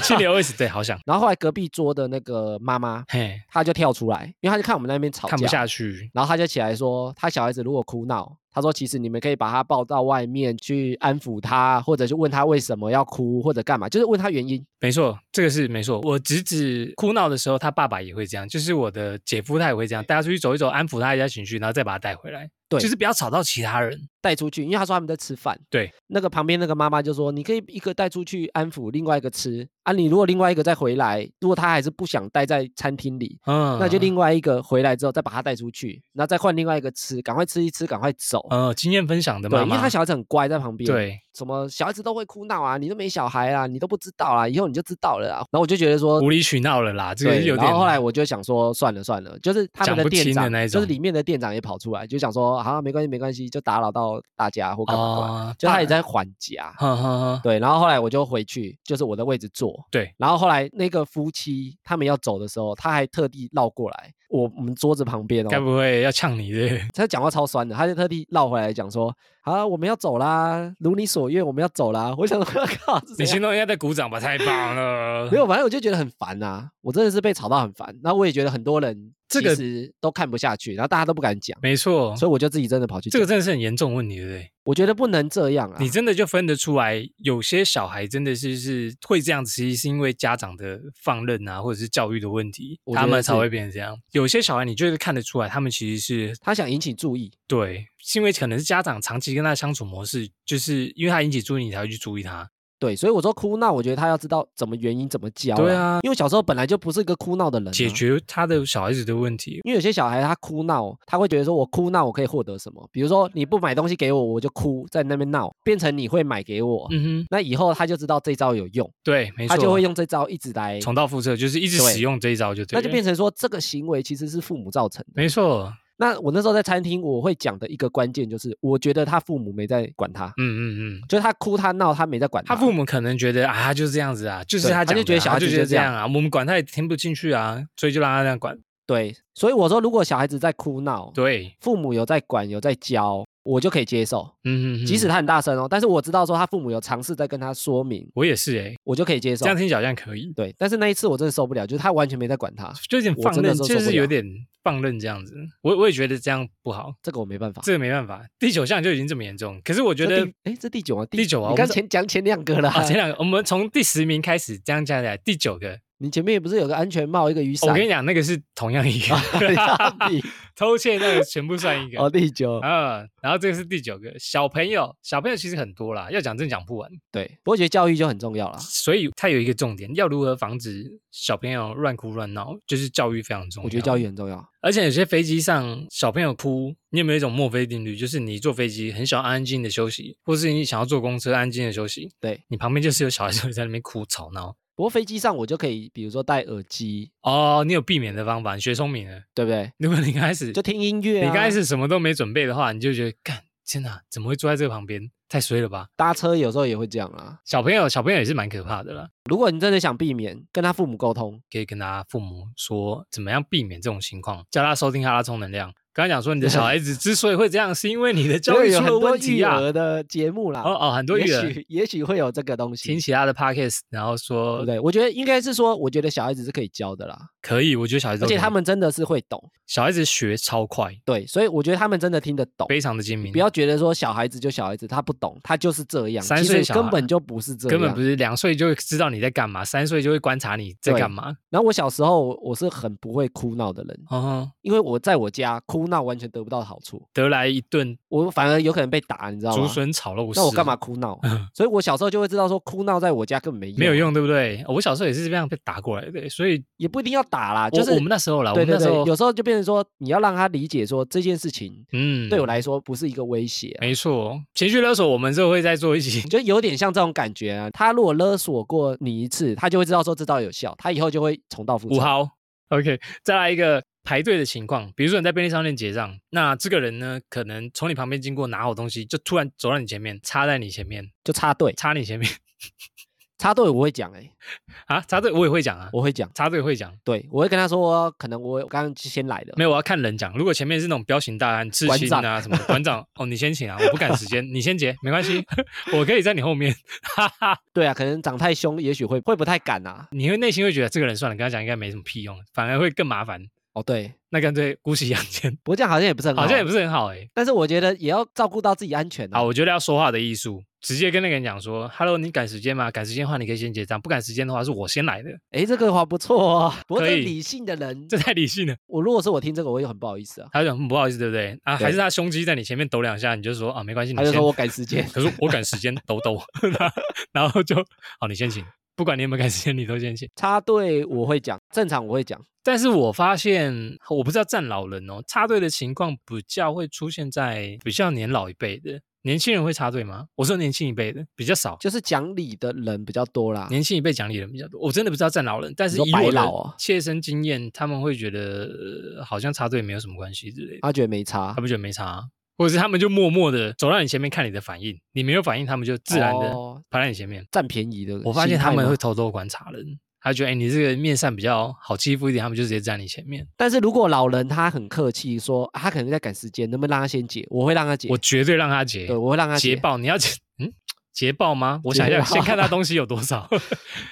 A: 心里 always 对，好想，
B: 然后后来隔壁桌的那个妈妈，
A: 嘿，
B: 她就跳出来，因为她就看我们在那边吵架，
A: 看不下去，
B: 然后他就起来说，他小孩子如果哭闹，他说其实你们可以把他抱到外面去安抚他，或者去问他为什么要哭，或者干嘛，就是问他原因。
A: 没错，这个是没错。我侄子哭闹的时候，他爸爸也会这样，就是我的姐夫他也会这样，带他出去走一走，安抚他一下情绪，然后再把他带回来，
B: 对
A: 就是不要吵到其他人。
B: 带出去，因为他说他们在吃饭。
A: 对，
B: 那个旁边那个妈妈就说，你可以一个带出去安抚，另外一个吃啊。你如果另外一个再回来，如果他还是不想待在餐厅里，
A: 嗯，
B: 那就另外一个回来之后再把他带出去，然后再换另外一个吃，赶快吃一吃，赶快走。
A: 呃经验分享的
B: 对，
A: 妈
B: 因为
A: 妈
B: 他，小孩子很乖，在旁边。
A: 对，
B: 什么小孩子都会哭闹啊，你都没小孩啊，你都不知道啦，以后你就知道了啊。然后我就觉得说，
A: 无理取闹了哦啦，这个
B: 对，
A: 有
B: 然
A: 点。
B: 后后来我就想说，算了算了，就是他们
A: 讲
B: 的
A: 不
B: 店
A: 清的
B: 长，
A: 那一
B: 就是
A: 种
B: 里面的店长也跑出来，就想说，好、啊，没关系没关系，就打扰到大家或干嘛干嘛，
A: 啊，
B: 就他也
A: 在，
B: 在缓夹。
A: 呵呵呵，
B: 对，然后后来我就回去，就是我的位置坐。
A: 对，
B: 然后后来那个夫妻他们要走的时候，他还特地绕过来我我们桌子旁边
A: 该
B: 哦，
A: 不会要呛你对？
B: 他讲话超酸的，他就特地绕回来讲说，好、啊，我们要走啦，如你所愿，我们要走啦。我想说， 靠，是
A: 你
B: 怎样
A: 心中应该在鼓掌吧？太棒了！
B: 没有，反正我就觉得很烦啊，我真的是被吵到很烦。然后我也觉得很多人
A: 这
B: 其
A: 个
B: 实都看不下去，然后大家都不敢讲，
A: 没错，
B: 所以我就自己真的跑去
A: 这
B: 讲。
A: 个真的是很严重的问题，对不对？
B: 我觉得不能这样啊！
A: 你真的就分得出来，有些小孩真的是是会这样子，其实是因为家长的放任啊，或者是教育的问题，
B: 我觉
A: 他
B: 得
A: 们才
B: 是
A: 会变成这样。有些小孩你就是看得出来，他们其实是
B: 他想引起注意，
A: 对，是因为可能是家长长期跟他相处模式，就是因为他引起注意，你才会去注意他。
B: 对，所以我说哭闹，我觉得他要知道怎么原因怎么教、
A: 对啊，
B: 因为我小时候本来就不是一个哭闹的人、啊
A: 解。决他的小孩子的问题，
B: 因为有些小孩他哭闹，他会觉得说我哭闹我可以获得什么？比如说你不买东西给我，我就哭在那边闹，变成你会买给我，
A: 嗯哼，
B: 那以后他就知道这招有用，
A: 对，没错，
B: 他就会用这招一直来，
A: 重蹈覆辙，就是一直
B: 对
A: 使用这一招就对
B: 那
A: 了，
B: 就变成说这个行为其实是父母造成的。
A: 没错，
B: 那我那时候在餐厅，我会讲的一个关键就是，我觉得他父母没在管他，
A: 嗯嗯嗯。
B: 就是他哭他闹，他没在管
A: 他父母可能觉得啊，他就是这样子啊，就是
B: 对
A: 他
B: 他
A: 讲
B: 就
A: 的
B: 觉得
A: 啊
B: 小孩
A: 就
B: 子
A: 觉得
B: 就
A: 这
B: 这样
A: 样啊，我们管他也听不进去啊，所以就让他这样管。
B: 对，所以我说，如果小孩子在哭闹，
A: 对，
B: 父母有在管，有在教，我就可以接受，
A: 嗯嗯，
B: 即使他很大声哦，但是我知道说他父母有尝试在跟他说明，
A: 我也是哎、欸，
B: 我就可以接受
A: 这。样听起来好像可以，
B: 对，但是那一次我真的受不了，就是他完全没在管他，
A: 就有点
B: 我
A: 放
B: 真的
A: 任，
B: 是
A: 就
B: 受不
A: 是有
B: 了
A: 点放任这样子。我我也觉得这样不好，
B: 这个我没办法。
A: 这个没办法。第九项就已经这么严重，可是我觉
B: 这
A: 得
B: 第哎，这第九啊，
A: 第九啊，
B: 你
A: 我
B: 刚
A: 们
B: 前讲前两个了啊，
A: 啊前两个，我们从第十名开始这样加起来，第九个，
B: 你前面不是有个安全帽，一个雨伞？
A: 我跟你讲，那个是同样一个，
B: 你
A: 偷窃那个全部算一个。
B: 啊 哦，第九，
A: 啊，然后这个是第九个小朋友，小朋友其实很多啦，要讲真讲不完。
B: 对，不过我觉得教育就很重要啦。
A: 所以它有一个重点，要如何防止小朋友乱哭乱闹，就是教育非常重要。
B: 我觉得教
A: 育，
B: 育很重要。
A: 而且有些飞机上小朋友哭，你有没有一种墨菲定律，就是你坐飞机很想要安静的休息，或是你想要坐公车安静的休息，
B: 对
A: 你旁边就是有小孩子会在那边哭吵闹。
B: 不过飞机上我就可以，比如说戴耳机，
A: 哦，你有避免的方法，你学聪明了。
B: 对不对？
A: 如果你刚开始，
B: 就听音乐、啊。
A: 你刚开始什么都没准备的话，你就觉得干，天哪，怎么会坐在这个旁边？太衰了吧！
B: 搭车有时候也会这样啦。
A: 小朋友，小朋友也是蛮可怕的啦。
B: 如果你真的想避免，跟他父母沟通，
A: 可以跟他父母说怎么样避免这种情况，教他收听哈拉充能量。刚才讲说你的小孩子之所以会这样，是因为你的教育
B: 有
A: 出
B: 很
A: 了
B: 多
A: 问题
B: 育
A: 啊。
B: 儿的节目啦。
A: 哦哦，很多育
B: 也
A: 儿
B: 许 也许会有这个东
A: 听
B: 西，
A: 其他的 podcast，然后
B: 对不
A: 说
B: 对？我觉得应该是说，我觉得小孩子是可以教的啦，
A: 可以，我觉得小孩子
B: 而且
A: OK
B: 他们真的是会懂，
A: 小孩子学超快，
B: 对，所以我觉得他们真的听得懂。
A: 非常的精明，
B: 不要觉得说小孩子就小孩子，他不懂，他就是这样，
A: 三
B: 其
A: 岁
B: 实
A: 小
B: 根
A: 孩
B: 本就不是这样，
A: 根本不是两岁就会知道你在干嘛，三岁就会观察你在
B: 对
A: 干嘛。
B: 然后我小时候我是很不会哭闹的人，
A: 哦，
B: 因为我在我家哭闹完全得不到好处，
A: 得来一顿
B: 我反而有可能被打，你知道
A: 竹
B: 吗？
A: 笋炒肉丝，
B: 那我干嘛？哭 闹？所以我小时候就会知道说哭闹在我家根本没
A: 没有
B: 啊，
A: 用，对不对？哦我小时候也是这样被打过来的，所以
B: 也不一定要打啦，
A: 我
B: 就是
A: 我们那时啊候啦，我
B: 对
A: 们
B: 对
A: 那时
B: 对，
A: 候
B: 有时候就变成说你要让他理解说这件事情
A: 嗯，
B: 对我来说不是一个威胁啊、
A: 没错，哦情绪勒索我们之后会再做一期
B: 你，就有点像这种感觉啊，他如果勒索过你一次，他就会知道说这招有效，他以后就会重蹈覆
A: 五
B: 辙。
A: 号。OK，再来一个排队的情况，比如说你在便利商店结账，那这个人呢，可能从你旁边经过拿好东西，就突然走到你前面，插在你前面，
B: 就插队，
A: 插你前面，
B: 插队我会讲哎、
A: 啊，插队我也会讲啊，
B: 我会讲，
A: 插队会讲，
B: 对我会跟他说，可能我刚刚先来的，
A: 没有我要看人讲。如果前面是那种彪形大汉、刺
B: 馆
A: 青
B: 长
A: 啊什么的，馆长哦，你先请啊，我不赶时间，你先结，没关系， 我可以在你后面。哈哈，
B: 对啊，可能长太凶，也许会会不太敢啊。
A: 你会内心会觉得这个人算了，跟他讲应该没什么屁用，反而会更麻烦。
B: 哦，对，
A: 那干脆姑息养奸，
B: 不过这样好像也不是很好，
A: 好像也不是很好哎、
B: 但是我觉得也要照顾到自己安全啊。
A: 好，我觉得要说话的艺术，直接跟那个人讲说：“Hello，你赶时间吗？赶时间的话，你可以先结账；不赶时间的话，是我先来的。
B: 哎，这个话不错哦。不过
A: 可
B: 这
A: 以
B: 理性的”人，
A: 这太理性了。
B: 我如果是我听这个，我也很不好意思啊。
A: 他就很不好意思，对不对？啊，
B: 对
A: 还是他胸肌在你前面抖两下，你就说啊，没关系，你
B: 他就
A: 先，
B: 说我赶时间
A: 可是我赶时间，抖抖， 然后就好，你先请，不管你有没有赶时间，你都先请。
B: 插队我会讲，正常我会讲。
A: 但是我发现，我不知道站老人哦，插队的情况比较会出现在比较年老一辈的，年轻人会插队吗？我说年轻一辈的比较少，
B: 就是讲理的人比较多啦。
A: 年轻一辈讲理人比较多。我真的不知道站老人，但是
B: 你说
A: 以我
B: 白老
A: 的
B: 哦
A: 切身经验，他们会觉得、呃好像插队没有什么关系之类的。
B: 他觉得没差
A: 他，们觉得没差、啊或者是他们就默默的走到你前面看你的反应，你没有反应，他们就自然的
B: 哦
A: 排在你前面。
B: 占便宜的。
A: 我发现他们会，偷偷观察人，他觉得哎、你这个面善比较好欺负一点，他们就直接站你前面。
B: 但是如果老人他很客气，说啊他可能在赶时间，能不能让他先解？我会让他解，
A: 我绝对让他结，
B: 对我会让他
A: 捷
B: 解。
A: 报，你要捷嗯捷报吗？我想一
B: 捷
A: 下，
B: 报
A: 先看他 东西有多少。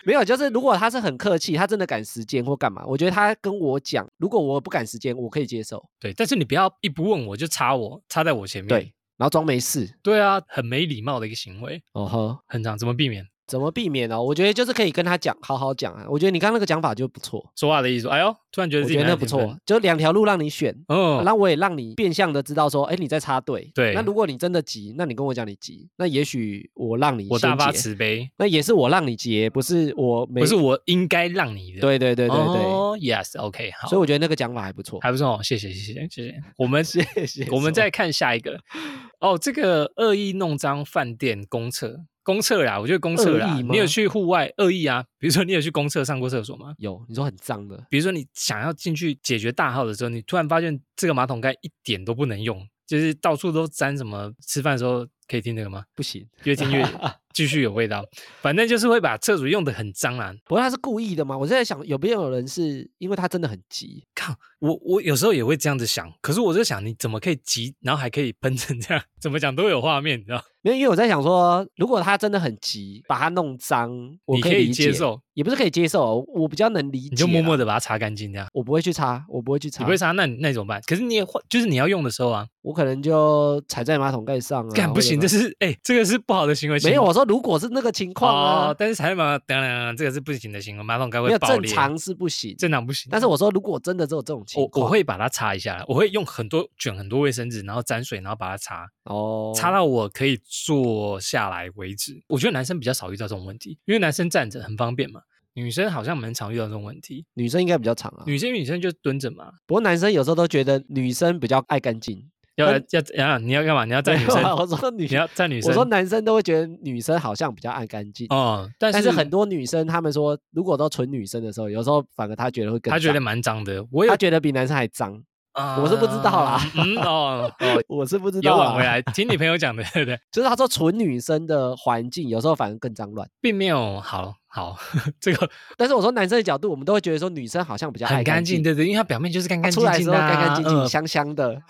B: 没有，就是如果他是很客气，他真的赶时间或干嘛，我觉得他跟我讲，如果我不赶时间，我可以接受，
A: 对，但是你不要一不问我就插我，插在我前面。
B: 对，然后装没事。
A: 对啊，很没礼貌的一个行为，
B: 哦呵，
A: 很常怎么避免？
B: 怎么避免呢、哦我觉得就是可以跟他讲，好好讲啊。我觉得你刚刚那个讲法就不错，
A: 说话的艺术。哎呦，突然觉得
B: 我
A: 自
B: 觉
A: 己
B: 得
A: 哪
B: 那
A: 里
B: 不
A: 天分
B: 错，就两条路让你选。
A: 哦，
B: 那我也让你变相的知道说，哎，你在插队。
A: 对
B: 那如果你真的急，那你跟我讲你急，那也许我让你
A: 我大
B: 先
A: 发
B: 结，
A: 慈悲，
B: 那也是我让你结，不是我没
A: 不是。我应该让你的。
B: 对对对对对。
A: 哦，yes，OK，、好，
B: 所以我觉得那个讲法还不错。
A: 还不错哦，谢谢谢谢谢谢。我们
B: 谢谢
A: 我们
B: 说
A: 再看下一个哦，这个恶意弄脏饭店公厕公厕啦，我觉得公厕啦
B: 恶意，吗
A: 你有去户外恶意啊？比如说你有去公厕上过厕所吗？
B: 有你说很脏的，
A: 比如说你想要进去解决大号的时候，你突然发现这个马桶盖一点都不能用，就是到处都沾什么。吃饭的时候可以听这个吗？
B: 不行。
A: 越听 越继续有味道，反正就是会把厕所用的很脏啊啦。
B: 不过他是故意的吗？我是在想，有没有人是因为他真的很急，
A: 靠，我我有时候也会这样子想，可是我就想，你怎么可以急，然后还可以喷成这样？ 怎么讲都有画面，你知道？
B: 没有？因为我在想说，如果他真的很急，把它弄脏，我
A: 你
B: 以
A: 以
B: 理
A: 接
B: 解，
A: 受，
B: 也不是可以接受哦，我比较能理解啦。啊
A: 你就默默的把它擦干净，这样
B: 我不会去擦，我不会去擦，
A: 你不会擦，那你那你怎么办？可是你也换，就是你要用的时候啊，
B: 我可能就踩在马桶盖上啊。
A: 干
B: 或
A: 不
B: 者
A: 行，这
B: 什
A: 是哎、这个是不好的行为，
B: 么没有。我说如果是那个情况啊，
A: 哦，但是踩马当然这个是不行的行为，马桶盖
B: 没
A: 会
B: 有
A: 爆
B: 正
A: 裂，
B: 常是不行。
A: 正常不行。
B: 但是我说如果真的只有这种情
A: 我
B: 况，
A: 我会把它擦一下，我会用很多卷很多卫生纸，然后沾水，然后把它擦，
B: 哦，
A: 擦到我可以坐下来为止。我觉得男生比较少遇到这种问题，因为男生站着很方便嘛。女生好像蛮常遇到这种问题，
B: 女生应该比较长啊。
A: 女生女生就蹲着嘛，
B: 不过男生有时候都觉得女生比较爱干净。
A: 要来
B: 嗯
A: 要啊，你要干嘛？你要站
B: 没
A: 女
B: 有啊
A: 生，
B: 我说女
A: 你要站女生。
B: 我说男生都会觉得女生好像比较爱干净。
A: 哦，但
B: 但
A: 是
B: 是很多女生，她们说，如果都纯女生的时候，有时候反而她觉得会更
A: 他觉得
B: 脏
A: 蛮脏的，我有
B: 她，觉得比男生还脏，
A: 啊
B: 我是不知道啦
A: 嗯哦哦，
B: 我是不知
A: 有
B: 道
A: 挽回
B: 啊。
A: 来，听你朋友讲的，对不对？
B: 就是她说纯女生的环境有时候反而更脏乱。
A: 并没有好好， 这个
B: 但是我说男生的角度，我们都会觉得说女生好像比较爱
A: 很干净，
B: 净，
A: 对对，因为它表面就是干
B: 她
A: 干
B: 出
A: 净
B: 来的
A: 净
B: 时
A: 的
B: 候
A: 啊，
B: 干干净净、
A: 嗯
B: 香香 的，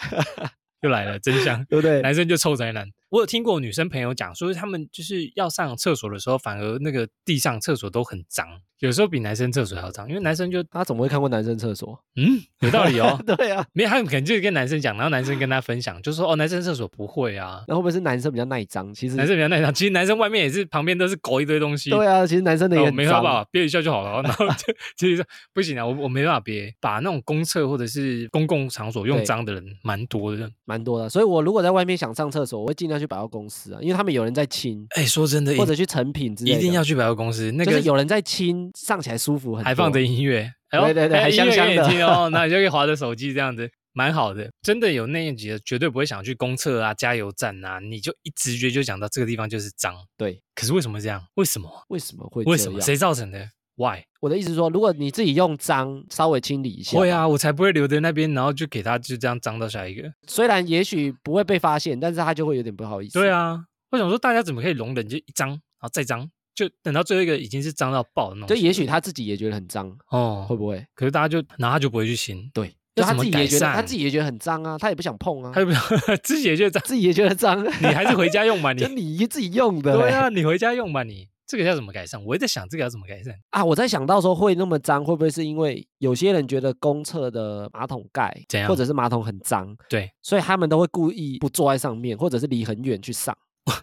A: 又来了，真香。
B: 对不对？
A: 男生就臭宅男，我有听过女生朋友讲，说他们就是要上厕所的时候，反而那个地上厕所都很脏，有时候比男生厕所还要脏，因为男生就
B: 他怎么会看过男生 厕所？，
A: 嗯有道理哦
B: 对啊，
A: 没有他们可能就是跟男生讲，然后男生跟他分享，就说哦男生厕所不会啊，
B: 那会不会是男生比较耐脏？其实
A: 男生比较耐脏，其实男生外面也是旁边都是狗一堆东西，
B: 对啊，其实男生的也
A: 哦，
B: 很
A: 没
B: 脏
A: 办法，憋一下就好了。哦然后就其实说不行啊，我我没办法憋，把那种公厕或者是公共场所用
B: 对
A: 脏的人蛮多的。
B: 蛮多的。所以我如果在外面想上厕所，我会尽量去百货公司啊，因为他们有人在清，
A: 哎，说真的，
B: 或者去成品之类
A: 一
B: 的。
A: 定要去百货公司，那
B: 就
A: 个
B: 是有人在清，上起来舒服很多。
A: 还放着音乐，哎呦
B: 对对对
A: 哎
B: 还
A: 音乐
B: 香香
A: 给你
B: 的
A: 听哦，那你就可以划着手机这样子。蛮好的，真的有那一集的，绝对不会想去公厕啊、加油站啊，你就一直觉就想到这个地方就是脏。
B: 对，
A: 可是为什么这样？为什么？
B: 为什么会这样？
A: 为什么？谁造成的？Why？
B: 我的意思是说，如果你自己用脏稍微清理一下，
A: 会。啊，我才不会留在那边，然后就给他就这样脏到下一个。
B: 虽然也许不会被发现，但是他就会有点不好意思。
A: 啊对，啊，我想说大家怎么可以容忍就一张，然后再张，就等到最后一个已经是脏到爆的那种
B: 就
A: 程度。
B: 也许他自己也觉得很脏，
A: 哦
B: 会，不会？
A: 可是大家就拿他就不会去清，
B: 对，
A: 要
B: 就他
A: 怎么
B: 自己
A: 改
B: 也觉得他
A: 善
B: 自己也觉得很脏啊，他也不想碰啊
A: 他，就不 自己也就脏，
B: 自己也觉得脏，啊
A: 你还是回家用吧 你
B: 就。你自己用的、
A: 对
B: 欸
A: 啊，你回家用吧你。这个要怎么改善？我也在想这个要怎么改善。
B: 啊，我在想到说会那么脏，会不会是因为有些人觉得公厕的马桶盖
A: 怎样
B: 或者是马桶很脏，
A: 对，
B: 所以他们都会故意不坐在上面，或者是离很远去上，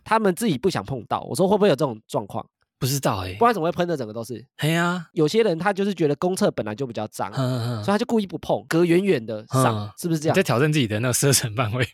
B: 他们自己不想碰到。我说会不会有这种状况？
A: 不知道哎、
B: 不然怎么会喷的整个都是？
A: 嘿呀、
B: 有些人他就是觉得公厕本来就比较脏，
A: 啊，
B: 所
A: 嗯
B: 以他就故意不碰，隔远远的上
A: 嗯，
B: 是不是这
A: 你在
B: 样？
A: 挑战自己的那个射程范 围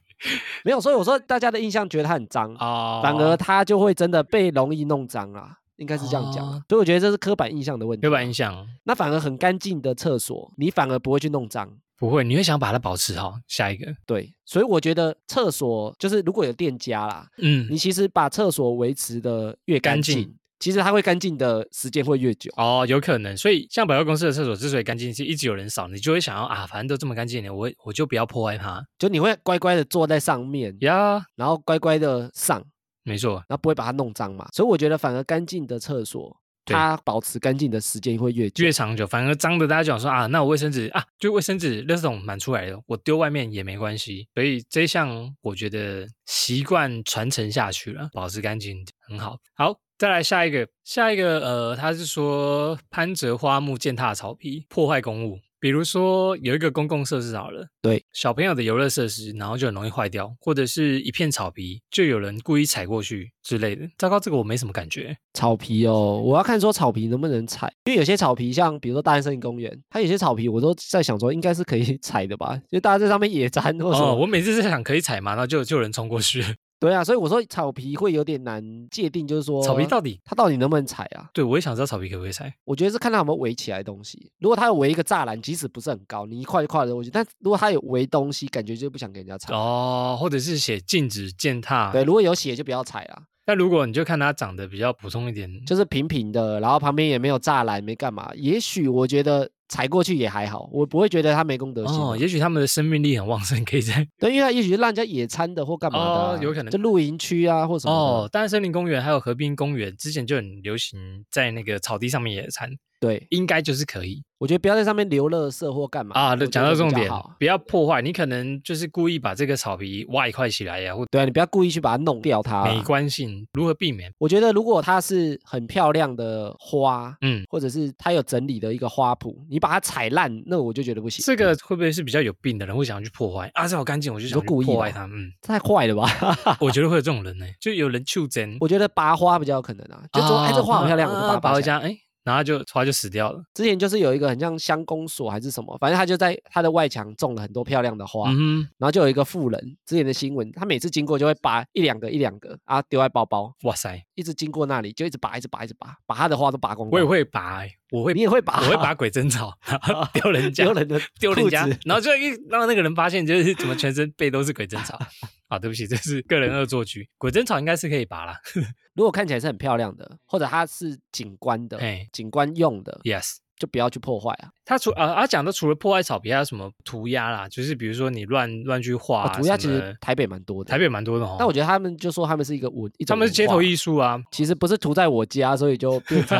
B: 没有，所以我说大家的印象觉得他很脏，
A: 哦
B: 反而他就会真的被容易弄脏啊。应该是这样讲啊
A: 哦，
B: 所以我觉得这是刻板印象的问题。啊
A: 刻板印，象
B: 那反而很干净的厕所，你反而不会去弄脏。
A: 不会，你会想把它保持好。下一个，
B: 对，所以我觉得厕所就是如果有店家啦，
A: 嗯
B: 你，其实把厕所维持的越干
A: 干净
B: 净，其实它会干净的时间会越久。啊
A: 哦，有可能。所以像百货公司的厕所之所以干净，是一直有人扫，你就会想要啊，反正都这么干净了，我我就不要破坏它
B: 就你会乖乖的坐在上面，
A: 呀。
B: 然后乖乖的上，
A: 没错，
B: 然后不会把它弄脏嘛。所以我觉得反而干净的厕所，
A: 对
B: 它保持干净的时间会越久。
A: 越长久反而脏的，大家讲说啊，那我卫生纸啊，就卫生纸垃圾桶满出来的，我丢外面也没关系。所以这一项我觉得习惯传承下去了，保持干净很好。好，再来下一个，下一个呃，他是说攀折花木、践踏草皮、破坏公物。比如说有一个公共设施好了，
B: 对
A: 小朋友的游乐设施，然后就很容易坏掉，或者是一片草皮就有人故意踩过去之类的。糟糕，这个我没什么感觉。
B: 草皮哦，我要看说草皮能不能踩，因为有些草皮像比如说大安森林公园，它有些草皮我都在想说应该是可以 踩的吧，就大家在上面野餐或什么。
A: 哦，我每次是想可以踩嘛，然后就就有人冲过去了。
B: 对啊，所以我说草皮会有点难界定，就是说
A: 草皮到底？
B: 它到底能不能踩啊？
A: 对，我也想知道草皮可不可以踩。
B: 我觉得是看它有没有围起来的东西。如果它有围一个栅栏，即使不是很高，你一块一块的过去，但如果它有围东西，感觉就不想给人家踩。
A: 哦，或者是写禁止践踏。
B: 对，，如果有血就不要踩啦，
A: 那如果你就看它长得比较普通一点，
B: 就是平平的，然后旁边也没有栅栏，没干嘛。也许我觉得踩过去也还好，我不会觉得它没公德心啊。
A: 哦，也许他们的生命力很旺盛，可 以在
B: 对，因为它也许是让人家野餐的或干嘛的啊、
A: 哦有可能
B: 就露营区啊或什么的。
A: 哦，当然森林公园还有河滨公园之前就很流行在那个草地上面野餐，
B: 对，
A: 应该就是可以
B: 我觉得不要在上面留垃圾或干嘛
A: 啊。
B: 我觉
A: 讲
B: 得
A: 到
B: 比
A: 重
B: 较
A: 点
B: 好，
A: 不要破坏，你可能就是故意把这个草皮挖一块起来呀、或
B: 对啊，你不要故意去把它弄掉它啊。
A: 美观性如何避免？
B: 我觉得如果它是很漂亮的花，
A: 嗯，
B: 或者是它有整理的一个花圃，你把它踩烂，那我就觉得不行，
A: 这个会不会是比较有病的人会想要去破坏啊？这好干净，我就
B: 你
A: 想
B: 说
A: 去
B: 故意
A: 破
B: 的
A: 坏
B: 哦
A: 它。嗯，
B: 太坏了吧？
A: 我觉得会有这种人呢、就有人去争。
B: 我觉得拔花比较有可能啊，就说哎、
A: 啊
B: 这花好漂亮，
A: 啊
B: 我就
A: 啊
B: 把它
A: 拔
B: 拔
A: 回
B: 起来。
A: 家，哎，然后就花就死掉了。
B: 之前就是有一个很像乡公所还是什么，反正他就在他的外墙种了很多漂亮的花，
A: 嗯哼，
B: 然后就有一个富人，之前的新闻，他每次经过就会拔一两个一两个啊丢在包包，
A: 哇塞，
B: 一直经过那里就一直拔一直拔一直拔，把他的花都拔光光。
A: 我也，会拔、欸，我会
B: 你，也会拔，啊
A: 我会拔鬼针草，然后丢人家
B: 丢，人的
A: 丢人
B: 裤
A: 家
B: 子，
A: 然后就一让那个人发现，就是怎么全身背都是鬼 针草。啊，对不起，这是个人恶作剧。鬼针草应该是可以拔啦。
B: 如果看起来是很漂亮的，或者它是景观的
A: 哎，
B: 景观用的，
A: yes，
B: 就不要去破坏啊。
A: 他除啊，他讲的除了破坏草皮，还有什么涂鸦啦？就是比如说你乱乱去画、
B: 啊，
A: 啊，
B: 涂鸦
A: 什
B: 其实
A: 么
B: 台北蛮多的，
A: 台北。蛮多的哦。
B: 但我觉得他们就说他们是一个文，一
A: 他
B: 种
A: 们是街头艺
B: 术，
A: 术啊，
B: 其实不是涂在我家，所以就 变成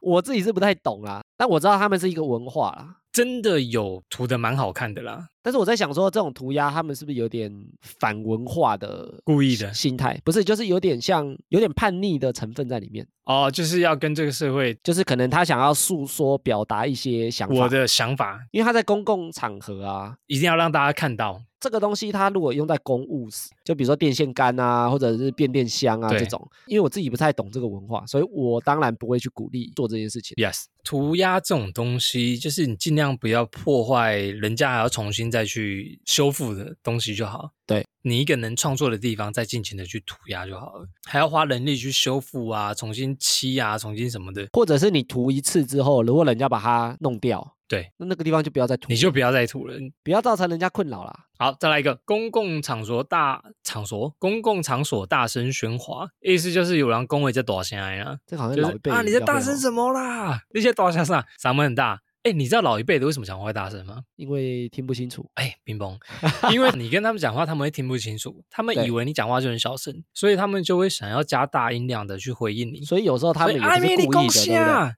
B: 我自己是不太懂啦。但我知道他们是一个文化啦。
A: 真的有涂的蛮好看的啦，
B: 但是我在想说，这种涂鸦他们是不是有点反文化的
A: 故意的
B: 心态？不是，就是有点像有点叛逆的成分在里面，
A: 哦，就是要跟这个社会
B: 就是可能他想要诉说、表达一些想法。
A: 我的想法
B: 因为他在公共场合啊，
A: 一定要让大家看到。
B: 这个东西它如果用在公务时，就比如说电线杆啊，或者是变电箱啊
A: 对
B: 这种，因为我自己不太懂这个文化，所以我当然不会去鼓励做这件事情。
A: Yes，涂鸦这种东西，就是你尽量不要破坏人家还要重新再去修复的东西就好。
B: 对
A: 你一个能创作的地方，再尽情的去涂鸦就好了，还要花人力去修复啊，重新漆啊，重新什么的，
B: 或者是你涂一次之后，如果人家把它弄掉，
A: 对，
B: 那那个地方就不要再涂，
A: 你就不要再涂了。
B: 不要造成人家困扰啦。
A: 好，再来一个，公共场所大场所，公共场所大声喧哗，意思就是有人恭维在大声啦。啊
B: 这个好像
A: 就
B: 老
A: 是
B: 一辈
A: 啊，
B: 比
A: 你在
B: 较
A: 大
B: 会哦
A: 声
B: 吼
A: 什么啦？那些大声啥？嗓门很大哎，你知道老一辈的为什么讲话会大声吗？
B: 因为听不清楚。
A: 哎，冰 崩，因为你跟他们讲话，他们会听不清楚，他们
B: 对
A: 以为你讲话就很小声，所以他们就会想要加大音量的去回应你。
B: 所以有时候他
A: 嗯所
B: 们
A: 以
B: 也
A: 阿
B: 不是
A: 妹你
B: 故意
A: 恭
B: 的，
A: 喜
B: 对不对？
A: 啊！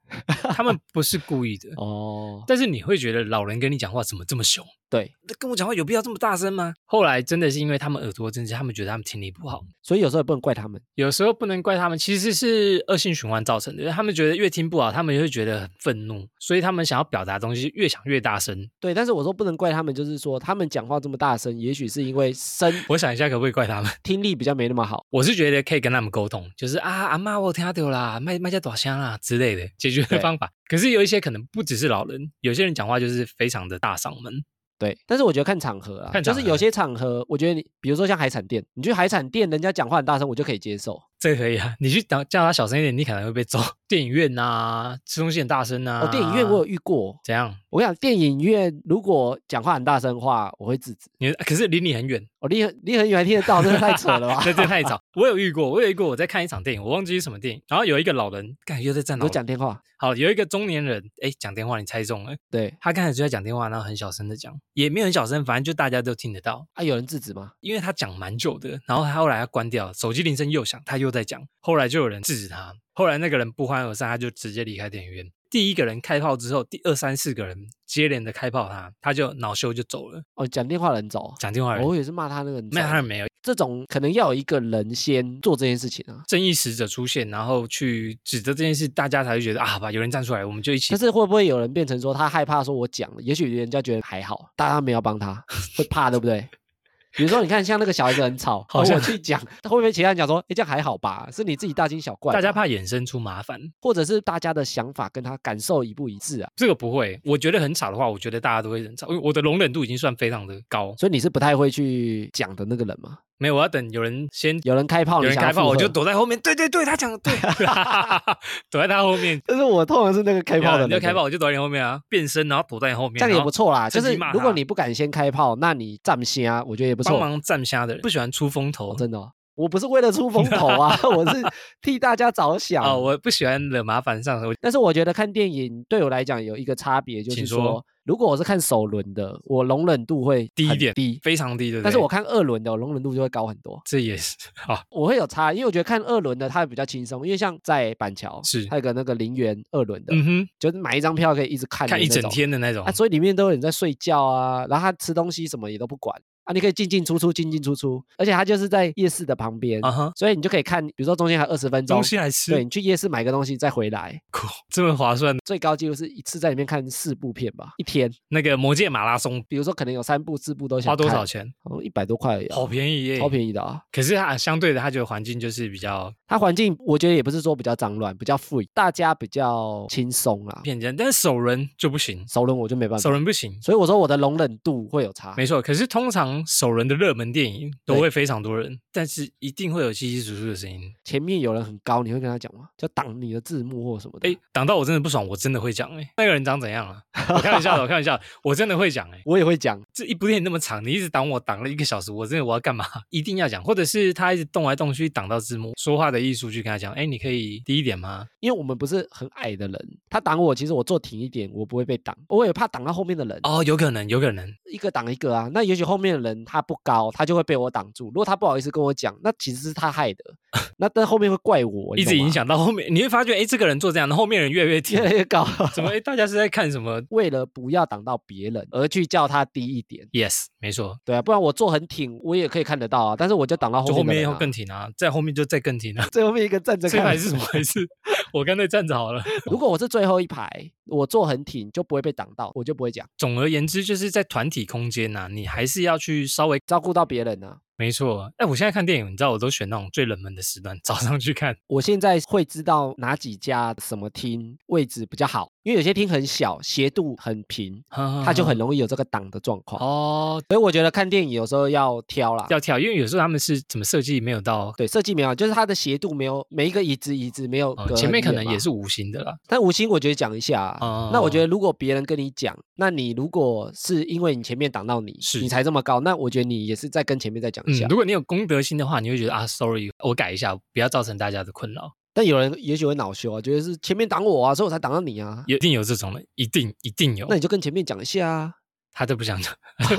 A: 他们不是故意的，
B: 哦，
A: 但是你会觉得老人跟你讲话怎么这么凶？
B: 对，
A: 跟我讲话有必要这么大声吗？后来真的是因为他们耳朵真是，他们觉得他们听力不好，
B: 所以有时候也不能怪他们。
A: 有时候不能怪他们，其实是恶性循环造成的。因为他们觉得越听不好，他们会觉得很愤怒，所以他们想要表达的东西越想越大声。
B: 对，但是我说不能怪他们，就是说他们讲话这么大声，也许是因为声
A: 我想一下，可不可以怪他们？
B: 听力比较没那么好。
A: 我是觉得可以跟他们沟通，就是啊，阿妈我听到啦，卖卖家短香啦之类的解决的
B: 对
A: 方法。可是有一些可能不只是老人，有些人讲话就是非常的大嗓门。
B: 对，但是我觉得看场合啊，
A: 看
B: 就
A: 场
B: 是
A: 合
B: 有些场合，我觉得你比如说像海产店，你去海产店，人家讲话很大声，我就可以接受。
A: 这可以啊，你去讲叫他小声一点，你可能会被揍。 电影院呐、吃东西很大声呐、
B: 哦，电影院我有遇过，
A: 怎样？
B: 我跟你讲电影院如果讲话很大声的话，我会制止。
A: 你可是离你很远，
B: 哦，离很离很远听得到，真的太扯了吧？
A: 这这太早。我有遇过，我有遇过，我在看一场电影，我忘记是什么电影，然后有一个老人，感觉又在站
B: 我
A: 老人。
B: 讲电话，
A: 好，有一个中年人，哎，讲电话，你猜中了。
B: 对
A: 他刚才就在讲电话，然后很小声的讲，也没有很小声，反正就大家都听得到。
B: 啊，有人制止吗？
A: 因为他讲蛮久的，然后他后来他关掉，手机铃声又响，他又在讲，后来就有人制止他，后来那个人不欢而散，他就直接离开电影院。第一个人开炮之后，第二三四个人接连的开炮他，他就恼羞就走了。
B: 哦，讲电话的人走哦，
A: 讲电话的人、
B: 我也是骂他那个人走。
A: 哎没有，他没有
B: 这种可能要有一个人先做这件事情啊。
A: 正义使者出现，然后去指责这件事，大家才会觉得啊，好吧，有人站出来，我们就一起
B: 但。是会不会有人变成说他害怕说我讲了，也许人家觉得还好，大家没有帮他，会怕对不对？比如说你看像那个小孩子很吵，
A: 好
B: 哦
A: 像
B: 我去讲，会不会其他人讲说，哎，这样还好吧？是你自己大惊小怪吧，
A: 大家怕衍生出麻烦，
B: 或者是大家的想法跟他感受一不一致啊？
A: 这个不会。我觉得很吵的话，我觉得大家都会忍吵，因为我的容忍度已经算非常的高。
B: 所以你是不太会去讲的那个人吗？
A: 没有，我要等有人先
B: 有人开炮，
A: 有
B: 你
A: 人
B: 想要
A: 开炮，
B: 附和
A: 我就。躲在后面。对对对，他讲的 对，躲在他后面。
B: 但是我通常是那个开
A: 对啊
B: 炮的人，
A: 你就开炮，我就躲在你后面啊，变身然后躲在你后面，
B: 这样也
A: 然后
B: 不错啦。就
A: 趁机
B: 是
A: 骂
B: 如果
A: 他
B: 你不敢先开炮，那你站先啊，我觉得也不
A: 帮
B: 错。
A: 忙站虾的人，不喜欢出风头
B: 哦真的哦、我不是为了出风头啊， 我 是替大家着想。
A: 啊，我不喜欢惹麻烦上手。
B: 但是我觉得看电影对我来讲有一个差别，就是
A: 请
B: 说，
A: 说
B: 如果我是看首轮的，我容忍度会
A: 低一
B: 很
A: 点，
B: 低。
A: 非常低，对不对？
B: 但是我看二轮的，我容忍度就会高很多。
A: 这也是好，
B: 我会有差，因为我觉得看二轮的它比较轻松，因为像在板桥
A: 是
B: 它有个那个陵园二轮的，
A: 嗯哼，
B: 就是买一张票可以一直看的
A: 看一
B: 那
A: 整
B: 种
A: 天的哦那种
B: 啊，，所以里面都有人在睡觉啊，然后他吃东西什么也都不管啊，你可以进进出出，进进出出，而且他就是在夜市的旁边，
A: 啊哈，
B: 所以你就可以看，比如说中间还二十分钟
A: 东，西来吃
B: 对，你去夜市买个东西再回来，
A: 这么划算。
B: 最高纪录是一次在里面看四部片吧，一天，
A: 那个魔界马拉松
B: 比如说可能有三部、四部都想
A: 花多
B: 看
A: 少？钱？
B: 好像一百多块而已啊、
A: 好便宜耶，
B: 超
A: 宜。
B: 便宜的啊！
A: 可是它相对的，它觉得环境就是比较
B: 它环境我觉得也不是说比较脏乱，比较 free，大家比较轻松啦。
A: 偏见，但是手人就不行，
B: 熟人我就没办法啊
A: 手，人不行。
B: 所以我说我的容忍度会有差。
A: 没错，可是通常首人的热门电影都
B: 对啊
A: 会非常多人，但是一定会有稀稀疏疏的声音。
B: 前面有人很高，你会跟他讲吗？就挡你的字幕或什么的。
A: 哎，挡到我真的不爽，我真的会讲哎、那个人长怎样 啊？我开玩笑的，我开玩笑的，我真的会讲哎、
B: 我也会讲，
A: 这一部电影那么长，你一直挡我，挡了一个小时，我真的我要干嘛？ 一定要讲，或者是他一直动来动去，挡到字幕，说话的艺术去跟他讲，哎，你可以低一点吗？
B: 因为我们不是很矮的人，他挡我，其实我坐挺一点，我不会被挡。我也怕挡到后面的人，
A: 哦，有可能，有可能，
B: 一个挡一个啊。那也许后面的人他不高，他就会被我挡住。如果他不好意思跟我讲，那其实是他害 的，那但后面会怪我，你
A: 一直
B: 懂吗
A: 影，响到后面，你 会发觉，哎，这个人做这样，后面人越来越低
B: 越， 来越高。
A: 怎么？哎，大家是在看什么
B: 为了不要挡到别人而去叫他低一点，
A: ？Yes，没错，
B: 对啊，不然我坐很挺，我也可以看得到啊。但是我就挡到
A: 就后
B: 后面的
A: 面
B: 人
A: 要
B: 啊
A: 更挺啊，在后面就再更挺啊。
B: 最后面一个站着
A: 这
B: 看
A: 还。是什么回事？ 我干脆站着好了。
B: 如果我是最后一排，我坐很挺就不会被挡到，我就不会讲，
A: 总而言之，就是在团体空间呐、你还是要去稍微
B: 照顾到别人啊。
A: 没错，哎，我现在看电影，你知道我都选那种最冷门的时段，早上去看。
B: 我现在会知道哪几家什么厅位置比较好，因为有些厅很小，斜度很平，它
A: 它
B: 就很容易有这个挡的状况。
A: 哦，
B: 所以我觉得看电影有时候要挑啦，
A: 要跳，因为有时候他们是怎么设计没有到，
B: 对设计没有，就是它的斜度没有每一个椅子椅子没有
A: 呃
B: 隔
A: 前面
B: 很
A: 可
B: 远
A: 能也
B: 嘛，
A: 是无心的啦。
B: 但吴昕我觉得讲一下啊、
A: 哦
B: 那我觉得如果别人跟你讲，那你如果是因为你前面挡到你，
A: 是
B: 你才这么高，那我觉得你也是在跟前面再讲一
A: 嗯
B: 下，。
A: 啊如果你有公德心的话，你会觉得啊，sorry，我改一下，不要造成大家的困扰。
B: 但有人也许会恼羞啊，觉得是前面挡我啊，所以我才挡到你啊。
A: 一定有这种人，一定一定有
B: 那。你就跟前面讲一下啊。
A: 他都不想 讲，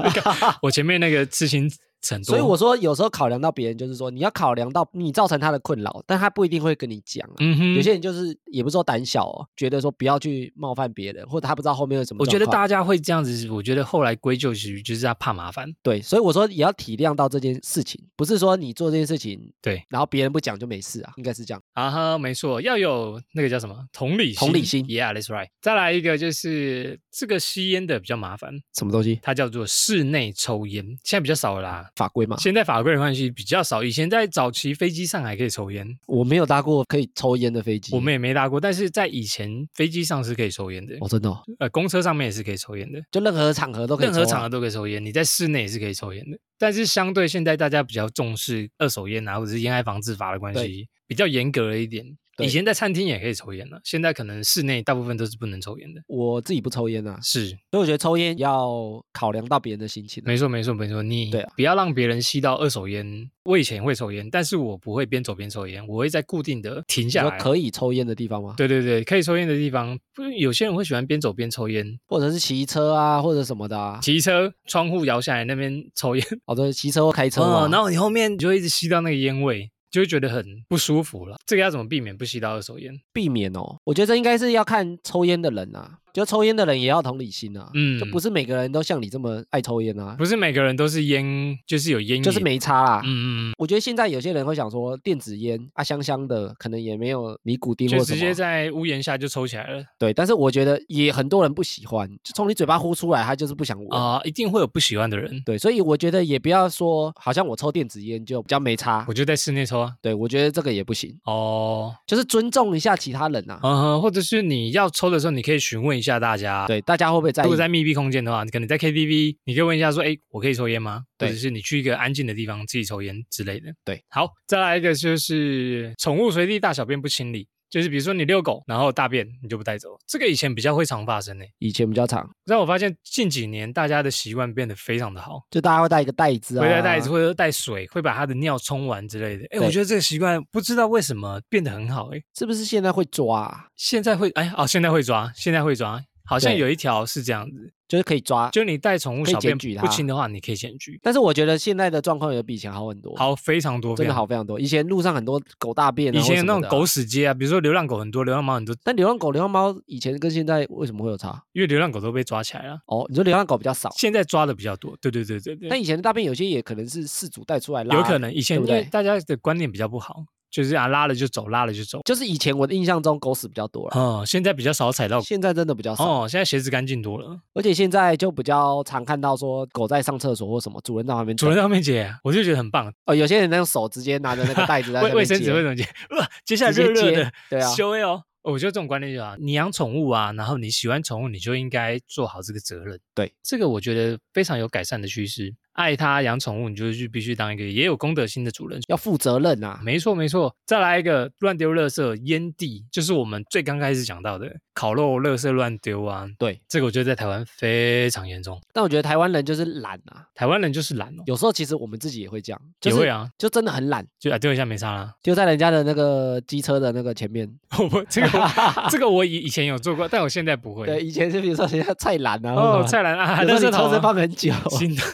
A: 我前面那个刺青很多，
B: 所以我说有时候考量到别人，就是说你要考量到你造成他的困扰，但他不一定会跟你讲、啊。
A: 嗯哼，
B: 有些人就是也不是说胆小哦，觉得说不要去冒犯别人，或者他不知道后面有什么
A: 我
B: 状
A: 觉
B: 况。
A: 得大家会这样子，我觉得后来归咎于就是他怕麻烦。
B: 对，所以我说也要体谅到这件事情，不是说你做这件事情，
A: 对，
B: 然后别人不讲就没事啊，应该是这样。
A: 啊哈，没错，要有那个叫什么同理心，
B: 同理心
A: ，Yeah，that's right。再来一个就是这个吸烟的比较麻烦，
B: 什么东西
A: 它叫做室内抽烟，现在比较少了啦。
B: 法规嘛？
A: 现在法规的关系比较少，以前在早期飞机上还可以抽烟，
B: 我没有搭过可以抽烟的飞机，
A: 我们也没搭过，但是在以前飞机上是可以抽烟的，
B: 哦，真的哦、
A: 呃，公车上面也是可以抽烟的，
B: 就任何场合都可以、啊
A: 任何场合，都可以抽烟，你在室内也是可以抽烟的。但是相对现在大家比较重视二手烟啊，或者是烟害防治法的关系，比较严格了一点。
B: 对
A: 以前在餐厅也可以抽烟了，现在可能室内大部分都是不能抽烟的。
B: 我自己不抽烟啊，
A: 是，
B: 所以我觉得抽烟要考量到别人的心情啊、
A: 没错，没错，没错。你
B: 对啊
A: 不要让别人吸到二手烟。我以前会抽烟，但是我不会边走边抽烟，我会在固定的停
B: 你
A: 下
B: 说
A: 来。
B: 可以抽烟的地方吗？，
A: 对对对，可以抽烟的地方，不是有些人会喜欢边走边抽烟，
B: 或者是骑车啊，或者什么的啊。
A: 骑车窗户摇下来那边抽烟，
B: 哦，对，骑车或开车啊嘛。
A: 哦，然后你后面你就会一直吸到那个烟味，就会觉得很不舒服了。这个要怎么避免不吸到二手烟？
B: 避免哦。我觉得这应该是要看抽烟的人啊，就抽烟的人也要同理心啊，
A: 嗯
B: 就不是每个人都像你这么爱抽烟啊，
A: 不是每个人都是烟，就是有烟瘾，
B: 就是没差啦。
A: 嗯，嗯嗯，
B: 我觉得现在有些人会想说，电子烟啊，香香的，可能也没有尼古丁或
A: 就
B: 什
A: 直接
B: 么，
A: 在屋檐下就抽起来了
B: 对。但是我觉得也很多人不喜欢，就从你嘴巴呼出来，他就是不想闻。
A: 啊、一定会有不喜欢的人。
B: 对，所以我觉得也不要说，好像我抽电子烟就比较没差
A: 我。就在室内抽啊。
B: 对，我觉得这个也不行，
A: 哦，
B: 就是尊重一下其他人啊。
A: 嗯哼，或者是你要抽的时候，你可以询问一下大家。。
B: 对，大家会不会在
A: 如
B: 意
A: 果？在密闭空间的话，你可能在 KTV，你可以问一下说，哎，我可以抽烟吗？或
B: 对
A: 者是你去一个安静的地方自己抽烟之类的。
B: 对，
A: 好，再来一个就是宠物随地大小便不清理，就是比如说你遛狗，然后大便你就不带走，这个以前比较会常发生诶、欸
B: 以前比较长，
A: 但我发现近几年大家的习惯变得非常的好，
B: 就大家会带一个袋子啊，
A: 会带袋子，或者带水，会把它的尿冲完之类的。哎，
B: 对
A: 我觉得这个习惯不知道为什么变得很好诶、
B: 是不是现在会抓、啊？
A: 现在会哎哦，现在会抓，现在会抓，好像
B: 对
A: 有一条是这样子，
B: 就是可以抓。
A: 就你带宠物
B: 可以
A: 小便
B: 检举
A: 不
B: 它
A: 清的话，你可以检举。
B: 但是我觉得现在的状况也比以前好很多，，
A: 好，非常多，非
B: 真的
A: 常
B: 好非常多。以前路上很多狗大便、啊，
A: 以前那
B: 或什么
A: 种
B: 的啊
A: 狗，屎街啊，比如说流浪狗很多，流浪猫很多，
B: 但流浪狗、流浪猫以前跟现在为什么会有差？
A: 因为流浪狗都被抓起来了，
B: 哦，你说流浪狗比较少，
A: 现在抓的比较多。对对对对
B: 但
A: 对，
B: 以前的大便有些也可能是饲主带出来拉，
A: 有可能以前
B: 对
A: 因
B: 不对
A: 为大家的观念比较不好，就是啊拉了就走，拉了就走。
B: 就是以前我的印象中狗屎比较多了，
A: 哦，现在比较少踩到。
B: 现在真的比较少，
A: 哦，现在鞋子干净多了。
B: 而且现在就比较常看到说狗在上厕所或什么，主人在旁边
A: 主
B: 等，
A: 人上面姐，啊我就觉得很棒。
B: 哦，有些人那种手直接拿着那个袋子在
A: 卫
B: 那
A: 卫
B: 边
A: 生
B: 接
A: 纸 会怎么接？哇，接下来
B: 直接
A: 热热
B: 接
A: 的，
B: 对啊，
A: 修哦。我觉得这种观念就是啊，你养宠物啊，然后你喜欢宠物，你就应该做好这个责任。
B: 对，
A: 这个我觉得非常有改善的趋势。爱它养宠物，你就是必须当一个也有公德心的主人。
B: 要负责任啊，
A: 没错没错，再来一个乱丢垃圾、烟蒂，就是我们最刚开始讲到的烤肉、垃圾乱丢啊。
B: 对。
A: 这个我觉得在台湾非常严重，
B: 但我觉得台湾人就是懒啊，
A: 台湾人就是懒哦，
B: 有时候其实我们自己也会这样，就
A: 也会
B: 是
A: 啊，
B: 就真的很懒，
A: 就啊丢一下没啥啦。
B: 就在人家的那个机车的那个前面。
A: 我不这个我这个我以以前有做过，但我现在不会。
B: 对，以前是比如说人家菜篮啊，
A: 哦，
B: 或者什么
A: 菜篮啊，
B: 有
A: 垃圾
B: 时候你车
A: 桶
B: 子
A: 啊
B: 放很久，
A: 行 动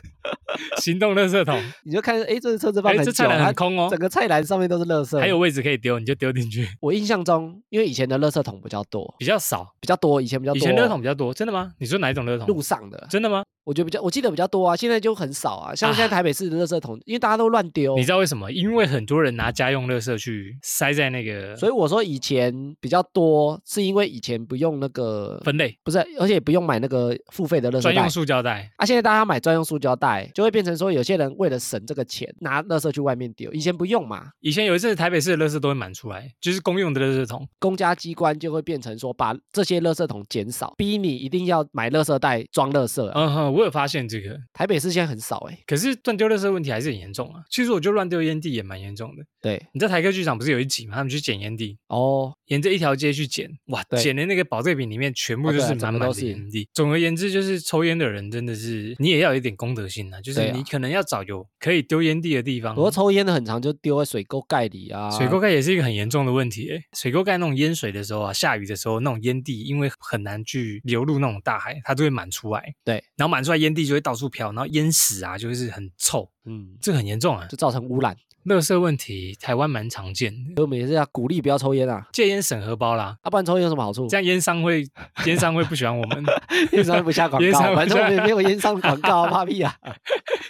A: 行动垃圾桶，
B: 你就看哎，诶这个车子放
A: 哎，
B: 很
A: 这
B: 久，
A: 菜篮
B: 它
A: 很空哦
B: 整，个菜篮上面都是垃圾。
A: 还有位置可以丢，你就丢进去，
B: 我印象中，因为以前的垃圾桶比较多，
A: 比较少。
B: 比较多，以前比较
A: 以
B: 多，
A: 前垃圾桶比较多，真的吗？你说哪一种垃圾
B: 路
A: 桶？
B: 上的，
A: 真的吗？
B: 我觉得比较，我记得比较多啊，现在就很少啊。像现在
A: 啊
B: 台北市的垃圾桶，因为大家都乱丢
A: 你，知道为什么？因为很多人拿家用垃圾去塞在那个
B: 所以我说以前比较多，是因为以前不用那个，
A: 分类
B: 不是，而且也不用买那个付费的垃圾
A: 专
B: 袋
A: 用。塑胶袋。
B: 啊，现在大家买专用塑胶袋，就会变成说，有些人为了省这个钱，拿垃圾去外面丢。以前不用嘛，
A: 以前有一阵子台北市的垃圾都会满出来，就是公用的垃圾桶。
B: 公家机关就会变成说，把这些垃圾桶减少，逼你一定要买垃圾袋装垃圾啊、
A: 嗯哼，我有发现这个，
B: 台北市现在很少哎、
A: 可是乱丢垃圾问题还是很严重啊。其实我觉得乱丢烟蒂也蛮严重的。
B: 对，
A: 你在台科剧场不是有一集嘛？他们去捡烟蒂，
B: 哦，
A: 沿着一条街去捡，哇，
B: 对
A: 捡的那个保健品里面全部
B: 哦
A: 就
B: 对啊
A: 是
B: 整
A: 满
B: 个
A: 满
B: 都
A: 的
B: 是
A: 烟蒂。总而言之，就是抽烟的人真的是你也要有一点公德心啊，就是
B: 对啊
A: 你可能要找有可以丢烟蒂的地方。
B: 不过抽烟的很长，就丢在水沟盖里啊。
A: 水沟盖也是一个很严重的问题、欸，水沟盖那种淹水的时候啊，下雨的时候那种烟蒂，因为很难去流入那种大海，它就会满出来。
B: 对，
A: 然后满出来烟蒂就会到处飘，然后淹死啊，就是很臭，
B: 嗯，
A: 这个很严重啊。
B: 就造成污染。
A: 垃圾问题台湾蛮常见的，
B: 所以我们也是要鼓励不要抽烟啊，
A: 戒烟审核包啦，
B: 啊，不然抽烟有什么好处
A: 这？样烟商会烟商会不喜欢我们，
B: 烟商不下广
A: 烟
B: 告，
A: 商不
B: 反正我们
A: 下
B: 也没有烟商 广告啊，怕屁啊！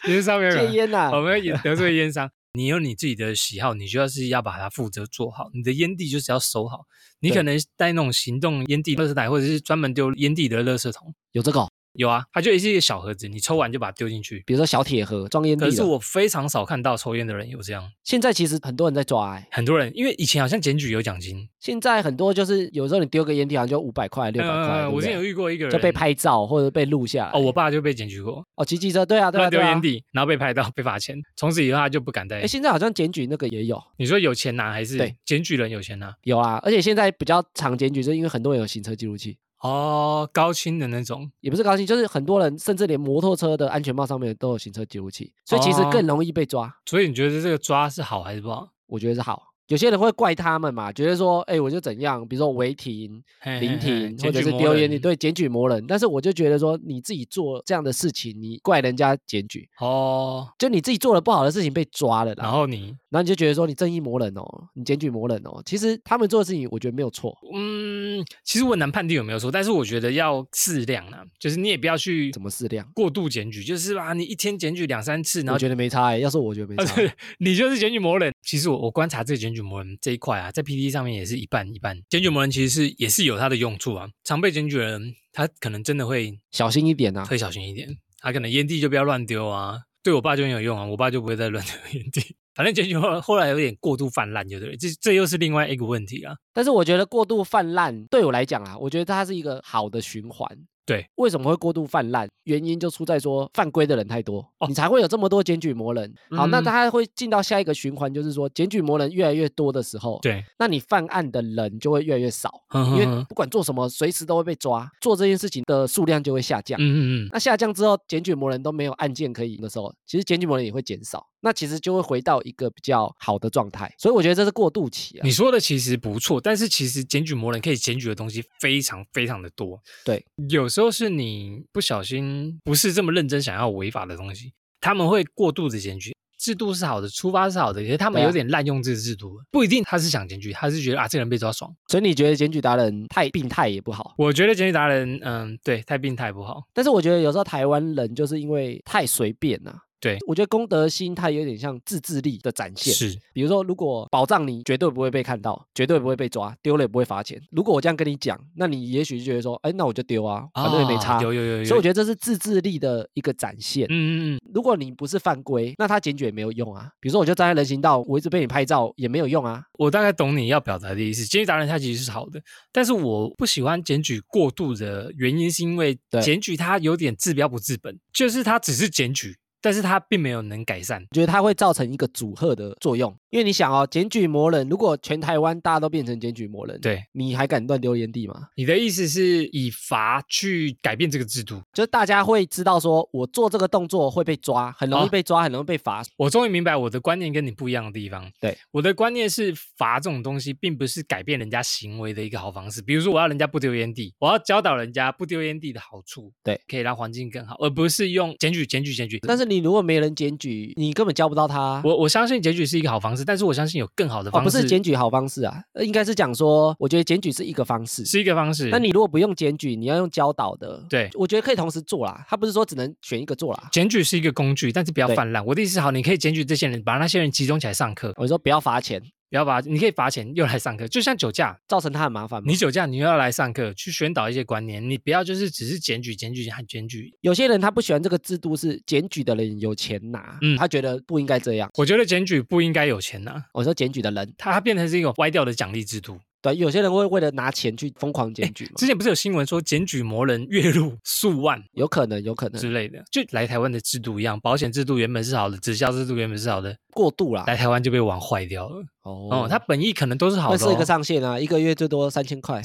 A: 烟商没有
B: 戒
A: 人，
B: 烟呐、
A: 我
B: 啊，
A: 们会得罪烟商。你有你自己的喜好，你就要是要把它负责做好。你的烟蒂就是要收好，你
B: 对
A: 可能带那种行动烟蒂垃圾袋，或者是专门丢烟蒂的垃圾桶。
B: 有这个哦、
A: 有啊，它就也是一个小盒子，你抽完就把它丢进去。
B: 比如说小铁盒装烟蒂
A: 可是
B: 的。
A: 我非常少看到抽烟的人有这样，
B: 现在其实很多人在抓、欸，
A: 很多人因为以前好像检举有奖金，
B: 现在很多就是有时候你丢个烟蒂好像就五百块、六百块，对
A: 呃，
B: 不
A: 我之
B: 对
A: 前有遇过一个人
B: 就被拍照或者被录下来。
A: 哦，我爸就被检举过，
B: 哦，骑机车，对啊，对啊，
A: 乱丢
B: 对啊
A: 烟。蒂，然后被拍到被罚钱，从此以后他就不敢带
B: 哎，。现在好像检举那个也有，
A: 你说有钱拿还是
B: 对
A: 检举人有钱拿？
B: 有啊，而且现在比较常检举，就是因为很多人有行车记录器，
A: 哦，高清的那种，
B: 也不是高兴，就是很多人甚至连摩托车的安全帽上面都有行车记录器，所以其实
A: 哦
B: 更容易被抓。
A: 所以你觉得这个抓是好还是不好？
B: 我觉得是好。有些人会怪他们嘛，觉得说，哎、我就怎样，比如说违停、
A: 嘿嘿
B: 临
A: 嘿
B: 停，或
A: 哎检
B: 者
A: 举
B: 是
A: 魔
B: 丢烟
A: 人
B: 蒂，对，检举魔人。但是我就觉得说，你自己做这样的事情，你怪人家检举，
A: 哦，
B: 就你自己做了不好的事情被抓了啦，
A: 然后你
B: 然后你就觉得说你正义魔人哦，你检举魔人哦。其实他们做的事情，我觉得没有错。
A: 嗯，其实我很难判定有没有错，但是我觉得要适量啊，就是你也不要去
B: 怎么适量？
A: 过度检举，就是啊，你一天检举两三次，然
B: 我
A: 后
B: 觉得没差、欸，要是我觉得没
A: 啊
B: 差，
A: 对你就是检举魔人。其实我我观察这个检举魔人这一块啊，在 PPT 上面也是一半一半。检举魔人其实是也是有它的用处啊，常被检举的人他可能真的会
B: 小心 一点啊。
A: 会小心一点，他可能烟蒂就不要乱丢啊。对我爸就很有用啊，我爸就不会再乱丢烟蒂。 反正检举后后来有点过度泛滥，就对了，这这又是另外一个问题啊。
B: 但是我觉得过度泛滥对我来讲啊，我觉得它是一个好的循环。
A: 对，
B: 为什么会过度泛滥？原因就出在说犯规的人太多，
A: 哦
B: 你才会有这么多检举魔人。好，那
A: 嗯
B: 他会进到下一个循环，就是说检举魔人越来越多的时候，
A: 对，
B: 那你犯案的人就会越来越少，
A: 因
B: 因为不管做什么，随时都会被抓，做这件事情的数量就会下降。
A: 嗯嗯嗯，
B: 那下降之后，检举魔人都没有案件可以赢的时候，其实检举魔人也会减少，那其实就会回到一个比较好的状态。所以我觉得这是过渡期啊
A: 你。说的其实不错，但是其实检举魔人可以检举的东西非常非常的多。
B: 对，
A: 有时候是你不小心不是这么认真想要违法的东西，他们会过度的检举。制度是好的，出发是好的，可是他们
B: 对啊
A: 有点滥用这个制度了，不一定他是想检举，他是觉得啊这个人被抓爽。
B: 所以你觉得检举达人太病态也不好，
A: 我觉得检举达人，嗯，对，太病态不好。
B: 但是我觉得有时候台湾人就是因为太随便了、
A: 对
B: 我觉得公德心它有点像自制力的展现。
A: 是，
B: 比如说，如果保障你绝对不会被看到，绝对不会被抓，丢了也不会罚钱。如果我这样跟你讲，那你也许就觉得说，哎，那我就丢啊，反正也没
A: 啊
B: 差。
A: 有有有有，
B: 所以
A: 得，
B: 我觉得这是自制力的一个展现。
A: 嗯嗯嗯，
B: 如果你不是犯规，那他检举也没有用啊。比如说，我就站在人行道，我一直被你拍照也没有用啊。
A: 我大概懂你要表达的意思。检举达人他其实是好的，但是我不喜欢检举过度的原因是因为
B: 对
A: 检举他有点治标不治本，就是他只是检举，但是他并没有能改善。
B: 觉得它会造成一个阻吓的作用，因为你想哦，检举魔人，如果全台湾大家都变成检举魔人，
A: 对，
B: 你还敢乱丢烟蒂吗？
A: 你的意思是以罚去改变这个制度？
B: 就是大家会知道说，我做这个动作会被抓，很容
A: 啊
B: 易被抓，很容易被罚。
A: 我终于明白我的观念跟你不一样的地方。
B: 对，
A: 我的观念是罚这种东西，并不是改变人家行为的一个好方式。比如说，我要人家不丢烟蒂，我要教导人家不丢烟蒂的好处，
B: 对，
A: 可以让环境更好，而不是用检举、检举、检举。
B: 但
A: 是
B: 是你如果没人检举，你根本教不到他。
A: 我我相信检举是一个好方式，但是我相信有更好的
B: 哦，
A: 方式，
B: 不是检举好方式啊，呃应该是讲说，我觉得检举是一个方式。
A: 是一个方式。
B: 那你如果不用检举，你要用教导的，
A: 对
B: 我觉得可以同时做啦。他不是说只能选一个做啦。
A: 检举是一个工具，但是不要
B: 对
A: 泛滥。我的意思是，好，你可以检举这些人，把那些人集中起来上课，
B: 我说不要罚钱，
A: 不要把你可以罚钱又来上课，就像酒驾，
B: 造成他很麻烦嘛。
A: 你酒驾，你又要来上课去宣导一些观念，你不要就是只是检举、检举、和检举。
B: 有些人他不喜欢这个制度，是检举的人有钱拿，
A: 嗯
B: 他觉得不应该这样。
A: 我觉得检举不应该有钱拿、
B: 我说检举的人，
A: 它变成是一个歪掉的奖励制度。
B: 对，有些人会为了拿钱去疯狂检举嘛，
A: 之前不是有新闻说检举魔人月入数万
B: 有可能，有可能
A: 之类的，就来台湾的制度一样，保险制度原本是好的，直销制度原本是好的，
B: 过度啦。
A: 来台湾就被玩坏掉了。哦，他本意可能都是好
B: 会
A: 的、
B: 设一
A: 哦
B: 个，上限啊，一个月最多三 千块，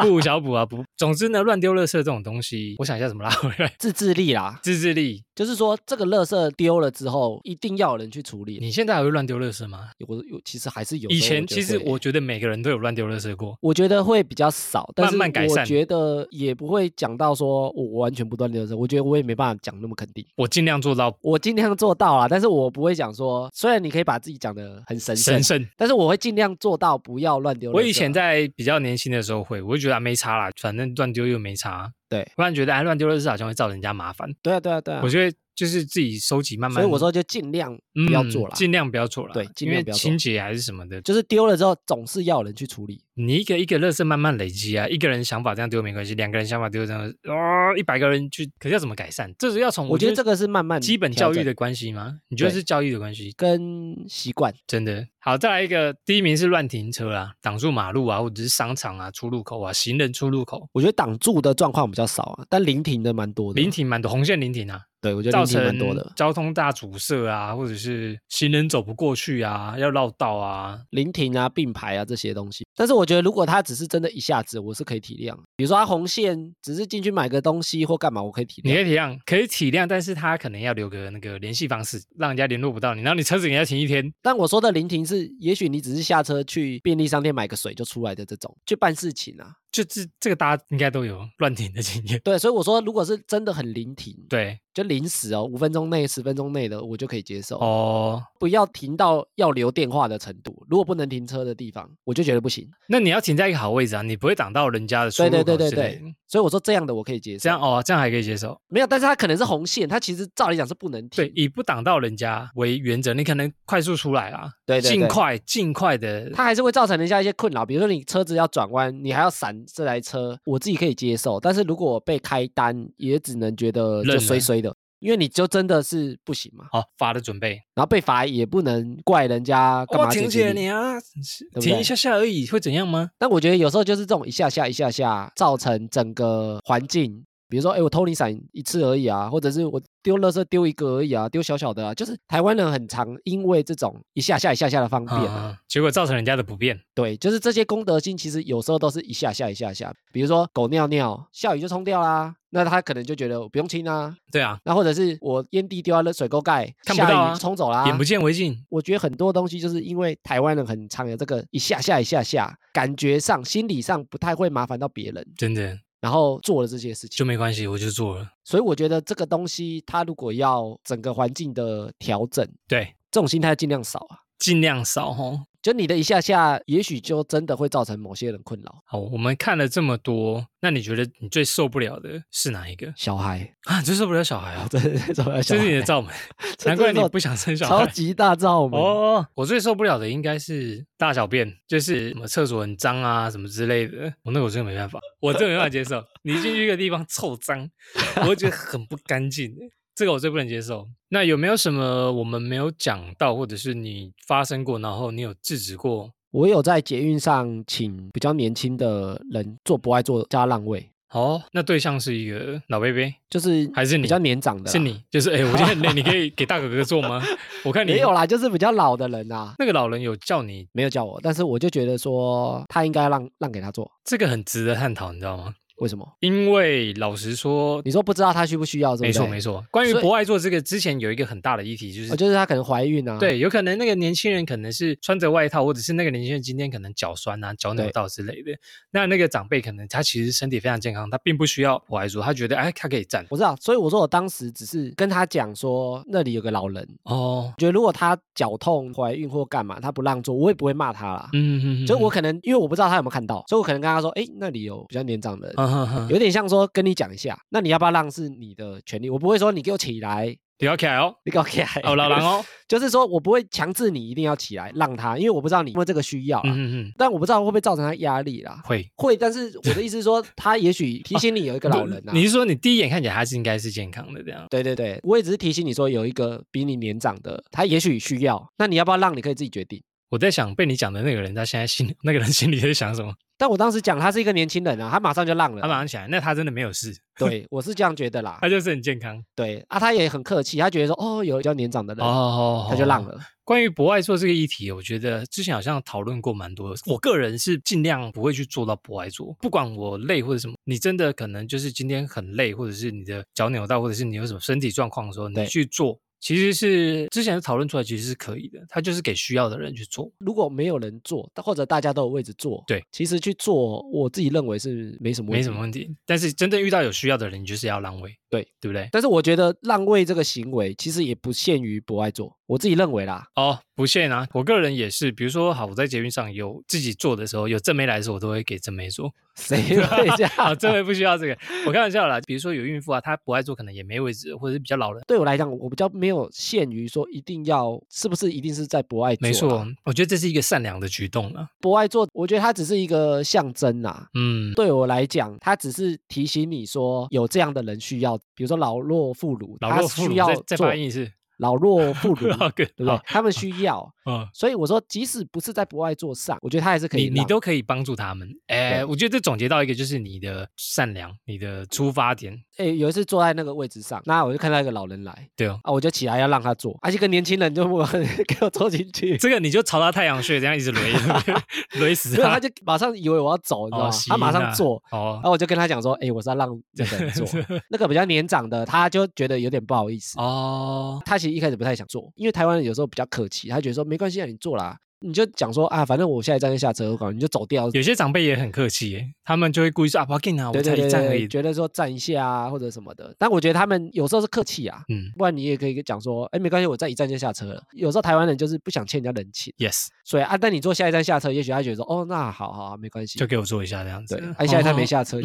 A: 不 无小补啊补。总之呢，乱丢垃圾这种东西，我想一下怎么拉回来。
B: 自制力啦。
A: 自制力，
B: 就是说，这个垃圾丢了之后，一定要有人去处理。
A: 你现在还会乱丢垃圾吗？
B: 我有其实还是有时候
A: 以前
B: 我觉
A: 其
B: 得
A: 实
B: 会
A: 我觉得每个人都有乱丢垃圾过，
B: 我觉得会比较少，但
A: 慢
B: 是
A: 慢改
B: 我
A: 善
B: 觉得也不会讲到说我完全不断丢垃圾，我觉得我也没办法讲那么肯定。
A: 我尽量做到
B: 我尽量做到啦，但是我不会讲说，虽然你可以把自己讲的很神圣，
A: 神圣。
B: 但是我会尽量做到不要乱丢垃圾啊。
A: 我以前在比较年轻的时候会，我就觉得、啊、没差啦，反正乱丢又没差。
B: 对
A: 突然觉得哎，乱丢垃圾好像会造成人家麻烦，
B: 对啊对啊对啊
A: 我，觉得就是自己收集，慢慢。
B: 所以我说就尽量不要做
A: 嗯
B: 啦，
A: 尽量不要做了。
B: 对尽
A: 因
B: 量
A: 为
B: 不要做
A: 清洁还是什么的，
B: 就是丢了之后总是要有人去处理。
A: 你一个一个垃圾慢慢累积啊，一个人想法这样丢没关系，两个人想法丢这样，哦，一百个人去，可是要怎么改善？这是要从
B: 我觉得这个是慢慢
A: 基本
B: 调
A: 教育
B: 整
A: 的关系吗？你觉得
B: 对
A: 是教育的关系？
B: 跟习惯，
A: 真的好，再来一个，第一名是乱停车啊，挡住马路啊，或者是商场啊、出入口啊、行人出入口，
B: 我觉得挡住的状况比较少啊，但临停的蛮多的。
A: 临停蛮多，红线临停啊，
B: 对我觉得
A: 造
B: 临停
A: 成
B: 蛮多的，
A: 交通大阻塞啊，或者是行人走不过去啊，要绕道啊，
B: 临停啊、并排啊这些东西。但是我觉得如果他只是真的一下子，我是可以体谅。比如说他红线只是进去买个东西或干嘛，我可以体
A: 你可
B: 谅。
A: 以体谅，可以体谅，但是他可能要留个那个联系方式，让人家联络不到你，然后你车子给人家停一天，
B: 但我说的临停是，也许你只是下车去便利商店买个水就出来的这种，去办事情啊。
A: 就这这个大家应该都有乱停的经 验。
B: 对，所以我说如果是真的很临停，
A: 对
B: 就临时哦，五分钟内、十分钟内的我就可以接受。
A: 哦，
B: 不要停到要留电话的程度。如果不能停车的地方，我就觉得不行。
A: 那你要停在一个好位置啊，你不会挡到人家的出入口
B: 对对对
A: 之
B: 对
A: 类的
B: 所以我说这样的我可以接受。
A: 这样哦，这样还可以接受。
B: 没有，但是它可能是红线，它其实照理讲是不能停。
A: 对，以不挡到人家为原则，你可能快速出来啦，
B: 对对
A: 尽
B: 对
A: 快尽快的。
B: 它还是会造成人家一些困扰，比如说你车子要转弯，你还要闪这台车，我自己可以接受。但是如果我被开单，也只能觉得
A: 认
B: 就
A: 了
B: 衰衰的，因为你就真的是不行嘛。
A: 好，法哦的准备，
B: 然后被罚也不能怪人家干
A: 我
B: 嘛
A: 停
B: 解
A: 姐
B: 决你
A: 你啊，
B: 对
A: 停一下下而已，会怎样吗？
B: 但我觉得有时候就是这种一下下一下下，造成整个环境，比如说，哎，我偷你伞一次而已啊，或者是我丢垃圾丢一个而已啊，丢小小的啊，就是台湾人很常因为这种一下下一下下的方便啊，
A: 啊，结果造成人家的不便，
B: 对，就是这些公德心其实有时候都是一下下一下下，比如说狗尿尿，下雨就冲掉啦，那他可能就觉得我不用清啊，
A: 对啊，
B: 那或者是我烟蒂丢到水沟盖，
A: 看不
B: 下雨
A: 到啊
B: 就冲走啦，
A: 眼不见为净，
B: 我觉得很多东西就是因为台湾人很常有这个一下下一下下，感觉上心理上不太会麻烦到别人，
A: 真的
B: 然后做了这些事
A: 就
B: 情。
A: 没关系，我就做了。
B: 所以我觉得这个东西，它如果要整个环境的调整，
A: 对，
B: 这种心态尽量少啊。
A: 尽量少哦。
B: 就你的一下下，也许就真的会造成某些人困扰。
A: 好，我们看了这么多，那你觉得你最受不了的是哪一个
B: 小孩，
A: 啊？最受不了小 孩啊，
B: 这是什么？
A: 这是你的罩门，难怪你不想生小
B: 超
A: 孩。
B: 级大照门。
A: 哦，我最受不了的应该是大小便，就是什么厕所很脏啊，什么之类的。我那个我真的没办法，我真的没办法接受。你进去一个地方臭脏，我会觉得很不干净，欸这个我最不能接受。那有没有什么我们没有讲到，或者是你发生过，然后你有制止过？
B: 我有在捷运上请比较年轻的人做不爱做，叫他让位，
A: 哦，那对象是一个老贝贝，
B: 就是
A: 还是你
B: 比较年长的啦，
A: 是你，就是哎、我今天很累，你可以给大哥哥做吗？我看你
B: 没有啊啦，就是比较老的人啊。
A: 那个老人有叫你，
B: 没有叫我，但是我就觉得说他应该让让给他做，
A: 这个很值得探讨，你知道吗？
B: 为什么？
A: 因为老实说，
B: 你说不知道他需不需要，对不对？
A: 没错没
B: 错，
A: 错。关于
B: 所以
A: 博爱座这个，之前有一个很大的议题，就是、
B: 哦、就是他可能怀孕啊，，
A: 对，有可能那个年轻人可能是穿着外套，或者是那个年轻人今天可能脚酸啊、脚扭
B: 对
A: 到之类的。那那个长辈可能他其实身体非常健康，他并不需要博爱座，他觉得哎，他可以站。
B: 我知道，所以我说我当时只是跟他讲说那里有个老人，
A: 哦，
B: 觉得如果他脚痛、怀孕或干嘛，他不让座，我也不会骂他啦。
A: 嗯，嗯嗯
B: 就我可能因为我不知道他有没有看到，所以我可能跟他说，哎，那里有比较年长的人。
A: 嗯哼哼，
B: 有点像说跟你讲一下，那你要不要让是你的权利，我不会说你给我起来，
A: 你要起来哦，
B: 你给我起来。
A: 哦，老狼，哦，
B: 就是说我不会强制你一定要起来让他，因为我不知道你因为这个需要啦，啊
A: 嗯嗯嗯，
B: 但我不知道会不会造成他压力啦。
A: 会。
B: 会，但是我的意思是说，他也许提醒你有一 个老人啊。
A: 哦你是说你第一眼看起来他是应该是健康的这样？
B: 对对对，我也只是提醒你说有一个比你年长的，他也许需要，那你要不要让你可以自己决定？
A: 我在想被你讲的那个人，他现在心那个人心里在想什么？
B: 但我当时讲他是一个年轻人啊，他马上就浪
A: 他
B: 了。
A: 马上想，那他真的没有事，
B: 对，我是这样觉得啦
A: 他。就是很健康。
B: 对啊，他也很客气，他觉得说哦，有比较年长的人，
A: 哦
B: 他就浪。了。
A: 关于博爱座这个议题，我觉得之前好像讨论过蛮多的。我个人是尽量不会去做到博爱座，不管我累或者什么，你真的可能就是今天很累，或者是你的脚扭到，或者是你有什么身体状况的时候，你
B: 对
A: 去做，其实是之前讨论出来其实是可以的。它就是给需要的人去做。
B: 如果没有人做，或者大家都有位置坐，
A: 对，
B: 其实去做，我自己认为是没什么，
A: 没什么。问题。但是真正遇到有需要的人，你就是要让位，
B: 嗯对
A: 对不对？
B: 但是我觉得让位这个行为其实也不限于不爱做，我自己认 为啦。
A: 哦，不限啊，我个人也是，比如说，好，我在捷运上有自己坐的时候，有正妹来的时候，我都会给正妹坐。
B: 谁会这
A: 啊，
B: 样？
A: 正妹不需要这个，我开玩笑啦。比如说有孕妇啊，她不爱坐，可能也没位置，或者是比较老人。
B: 对我来讲，我比较没有限于说一定要是不是一定是在博爱做啦。啊
A: 没错，我觉得这是一个善良的举动啊。
B: 博爱做，我觉得它只是一个象征啦。
A: 嗯，
B: 对我来讲，它只是提醒你说有这样的人需要，比如说老弱妇孺，
A: 老弱
B: 他
A: 妇
B: 需
A: 孺
B: 要
A: 再再
B: 做
A: 发音一 次，
B: 老 弱妇孺，
A: 好
B: 对不对
A: 好？
B: 他们需要，
A: 嗯。
B: 所以我说，即使不是在博爱座上，我觉得他还是可
A: 你
B: 以让。
A: 你都可以帮助他们，哎，
B: 对
A: 我觉得这总结到一个就是你的善良，你的出发点，
B: 诶，有一次坐在那个位置上，那我就看到一个老人来
A: 对哦，
B: 啊，我就起来要让他坐，而且个年轻人就我 给我坐进去，
A: 这个你就朝他太阳穴这样一直 雷雷死
B: 没有
A: 他
B: 他，就马上以为我要走，你知道
A: 啊哦
B: 吗？，
A: 吸
B: 啊他马
A: 引
B: 上坐。
A: 哦
B: 然，后我就跟他讲说，诶，我是要 让这个人坐。那个比较年长的，他就觉得有点不好意思，
A: 哦，
B: 他其实一开始不太想做，因为台湾人有时候比较客气，他觉得说没关系啊，你做啦，你就讲说啊，反正我下一站就下车，管你就走掉。
A: 有些长辈也很客气耶，他们就会故意说啊，不要紧啊，我
B: 对
A: 才
B: 对
A: 一
B: 对
A: 站而
B: 对，
A: 已。
B: 觉得说站一下啊或者什么的，但我觉得他们有时候是客气啊，
A: 嗯
B: 不然你也可以讲说，哎，没关系，我在一站就下车了。有时候台湾人就是不想欠人家人情，
A: ，yes，
B: 所以啊，但你坐下一站下车，也许他觉得说，哦，那好好啊，没关系
A: 就。给我做一下这样子。
B: 对，啊，下一站没
A: 哦，
B: 下车，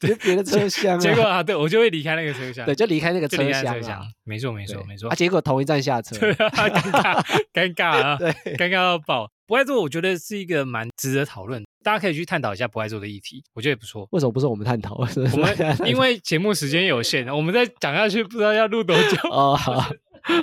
B: 就别的车厢 啊，
A: 结果啊，对我就会离开那个车厢，
B: 对，就离开那个
A: 就离
B: 车
A: 开
B: 厢
A: 车
B: 啊
A: 厢，，没错没
B: 没
A: 错没错
B: 啊，，结果同一站下车，
A: 尴尬尴尬 啊，
B: 对，
A: 尴尬到爆。不爱做，我觉得是一个蛮值得讨论，大家可以去探讨一下不爱做的议题，我觉得也不 错。
B: 为什么不是我们探讨？我
A: 我们因为节目时间有限，我们再讲下去不知道要录多久。
B: 哦，好，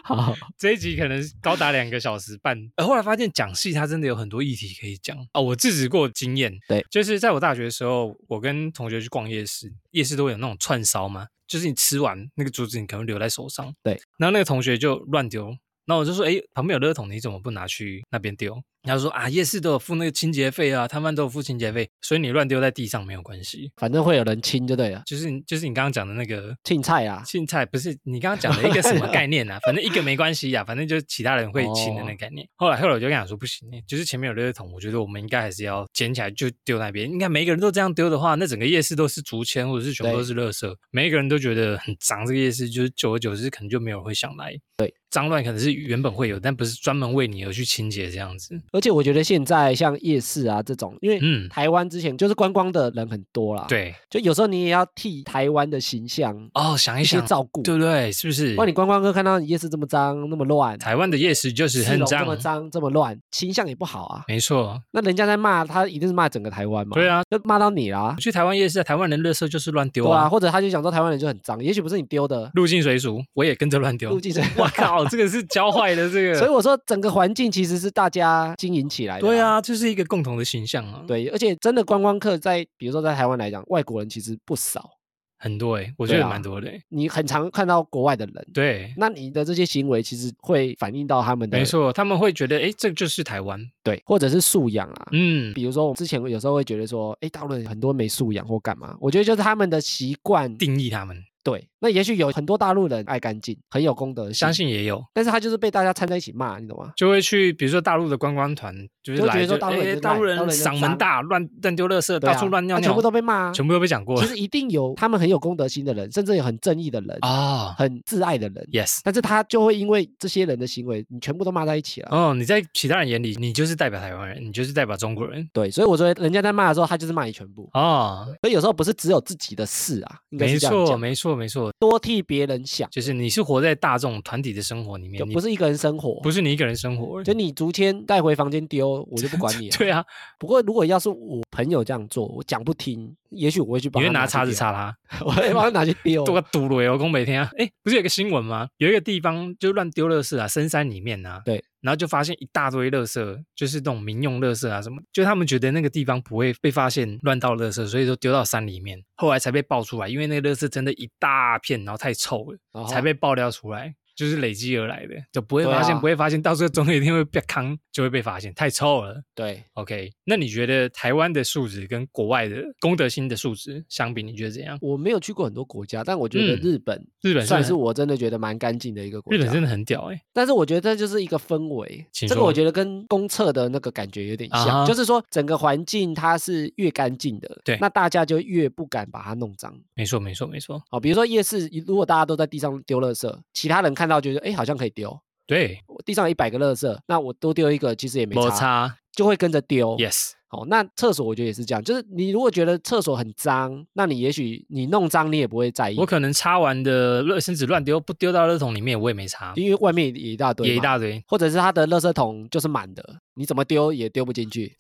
B: 好，
A: 这一集可能高达两个小时半。 而后来发现讲戏它真的有很多议题可以讲啊、我自己过经验，
B: 对，
A: 就是在我大学的时候，我跟同学去逛夜市，夜市都会有那种串烧嘛，就是你吃完那个竹子，你可能留在手上，
B: 对。
A: 然后那个同学就乱丢，然后我就说，哎，旁边有垃圾桶，你怎么不拿去那边丢？他就说啊，夜市都有付那个清洁费啊，他们都有付清洁费，所以你乱丢在地上没有关系。
B: 反正会有人亲就对了，
A: 就是你就是你刚刚讲的那个
B: 青菜啊，
A: 青菜不是你刚刚讲的一个什么概念 啊？反正一个没关系呀、反正就是其他人会亲的
B: 哦
A: 那个概念。后来后来我就跟他说不行，就是前面有垃圾桶，我觉得我们应该还是要捡起来就丢那边。应该每一个人都这样丢的话，那整个夜市都是竹签或者是全部都是垃圾，每一个人都觉得很脏。这个夜市就是久而久之，可能就没有人会想来。
B: 对，
A: 脏乱可能是原本会有，但不是专门为你而去清洁这样子。
B: 而且我觉得现在像夜市啊这种，因为
A: 嗯，
B: 台湾之前就是观光的人很多啦，，
A: 对，
B: 就有时候你也要替台湾的形象
A: 哦，想一
B: 啊一些
A: 想，
B: 照顾，
A: 对
B: 不
A: 不对？是不是？
B: 然你观光客看到你夜市这么脏那么乱，
A: 台湾的夜市就是
B: 市
A: 很
B: 容这
A: 脏啊
B: 么，脏这么乱，形象也不好啊。
A: 没错，
B: 那人家在骂他，一定是骂整个台湾嘛，
A: 对啊，
B: 就骂到你啦
A: 我，去台湾夜市，台湾人垃圾就是乱丢
B: 对啊，
A: 啊，
B: 或者他就想说台湾人就很脏，也许不是你丢的，
A: 入境随俗，我也跟着乱丢
B: 路。径是。
A: 我 靠，啊这个是教坏的这个。
B: 所以我说，整个环境其实是大家经营起来的。
A: 对，啊，就是一个共同的形象啊。，
B: 对，而且真的观光客在，比如说在台湾来讲，外国人其实不少，
A: 很多哎、我觉得
B: 对啊
A: 蛮多的、欸。
B: 你很常看到国外的人，
A: 对，
B: 那你的这些行为其实会反映到他们的，
A: 没，错，他们会觉得哎，这就是台湾。
B: 对，或者是素养啊。
A: 嗯，
B: 比如说，我之前有时候会觉得说，哎，大陆人很多没素养或干嘛，我觉得就是他们的习惯。
A: 定义他们，
B: 对，那也许有很多大陆人爱干净，很有功德心，
A: 相，信也有。
B: 但是他就是被大家掺在一起骂，你懂吗？
A: 就会去，比如说大陆的观光团，就是
B: 就会觉
A: 来
B: 得
A: 就
B: 说大陆人
A: 诶
B: 就
A: 大陆
B: 烂
A: 人
B: 大陆人就
A: 嗓门
B: 脏
A: 大，乱乱丢垃圾，
B: 对啊
A: 到处乱尿
B: 啊
A: 尿，
B: 全部都被骂啊，
A: 全部都被讲过
B: 其实一定有他们很有公德心的人，甚至有很正义的人，
A: 啊。
B: 很自爱的人，
A: Yes，
B: 但是他就会因为这些人的行为，你全部都骂在一起了。
A: 哦，你在其他人眼里，你就是代表台湾人，你就是代表中国人
B: 对，所以我觉得人家在骂的时候，他就是骂你全部。
A: 啊。
B: 所以有时候不是只有自己的事啊，应该
A: 没
B: 是这样
A: 错，
B: 讲，
A: 没错，没错，
B: 多替别人想，
A: 就是你是活在大众团体的生活里面
B: 就，
A: 你
B: 不是一个人生活。
A: 不是你一个人生活。
B: 就你竹签带回房间丢，我就不管你、啊。
A: 对啊，
B: 不过如果要是我朋友这样做，我讲不听，也许我会去
A: 你
B: 帮
A: 会
B: 他
A: 拿
B: 去
A: 叉子
B: 丢，
A: 叉他，
B: 我会帮他拿去 丢。
A: 多个堵 了哦，公每天啊。哎，不是有个新闻吗？有一个地方就乱丢垃圾啊，深山里面啊，
B: 对，
A: 然后就发现一大堆垃圾，就是那种民用垃圾啊什么，就他们觉得那个地方不会被发现乱倒垃圾，所以就丢到山里面，后来才被爆出来，因为那个垃圾真的一大片，然后太臭了，
B: 然后
A: 才被爆料出来。就是累积而来的，就不会
B: 哦对
A: 发现，
B: 啊
A: 不会发现，到最后总有一天会被坑，就会被发现，太臭了。
B: 对
A: OK，那你觉得台湾的素质跟国外的公德心的素质相比，你觉得怎样？
B: 我没有去过很多国家，但我觉得
A: 嗯
B: 日本
A: 日本
B: 算
A: 很
B: 是我真的觉得蛮干净的一个国
A: 日
B: 家。
A: 本真的很屌哎、
B: 但是我觉得这就是一个氛围，
A: 请
B: 这个我
A: 说
B: 觉得跟公厕的那个感觉有点
A: 啊
B: 像，
A: 哈
B: 就是说整个环境它是越干净的，
A: 对
B: 那大家就越不敢把它弄脏。
A: 没错没错没错，
B: 哦好，比如说夜市，如果大家都在地上丢垃圾，其他人看到觉得哎好像可以丢，
A: 对，
B: 我地上有一百个垃圾，那我多丢一个其实也没
A: 摩
B: 差，
A: 擦
B: 就会跟着丢。
A: ，yes，
B: 好，那厕所我觉得也是这样，就是你如果觉得厕所很脏，那你也许你弄脏你也不会在意
A: 我，可能擦完的热身纸乱丢，不丢到垃圾桶里面，我也没擦，
B: 因为外面也一大堆嘛，
A: 也一大堆，
B: 或者是他的垃圾桶就是满的，你怎么丢也丢不进去。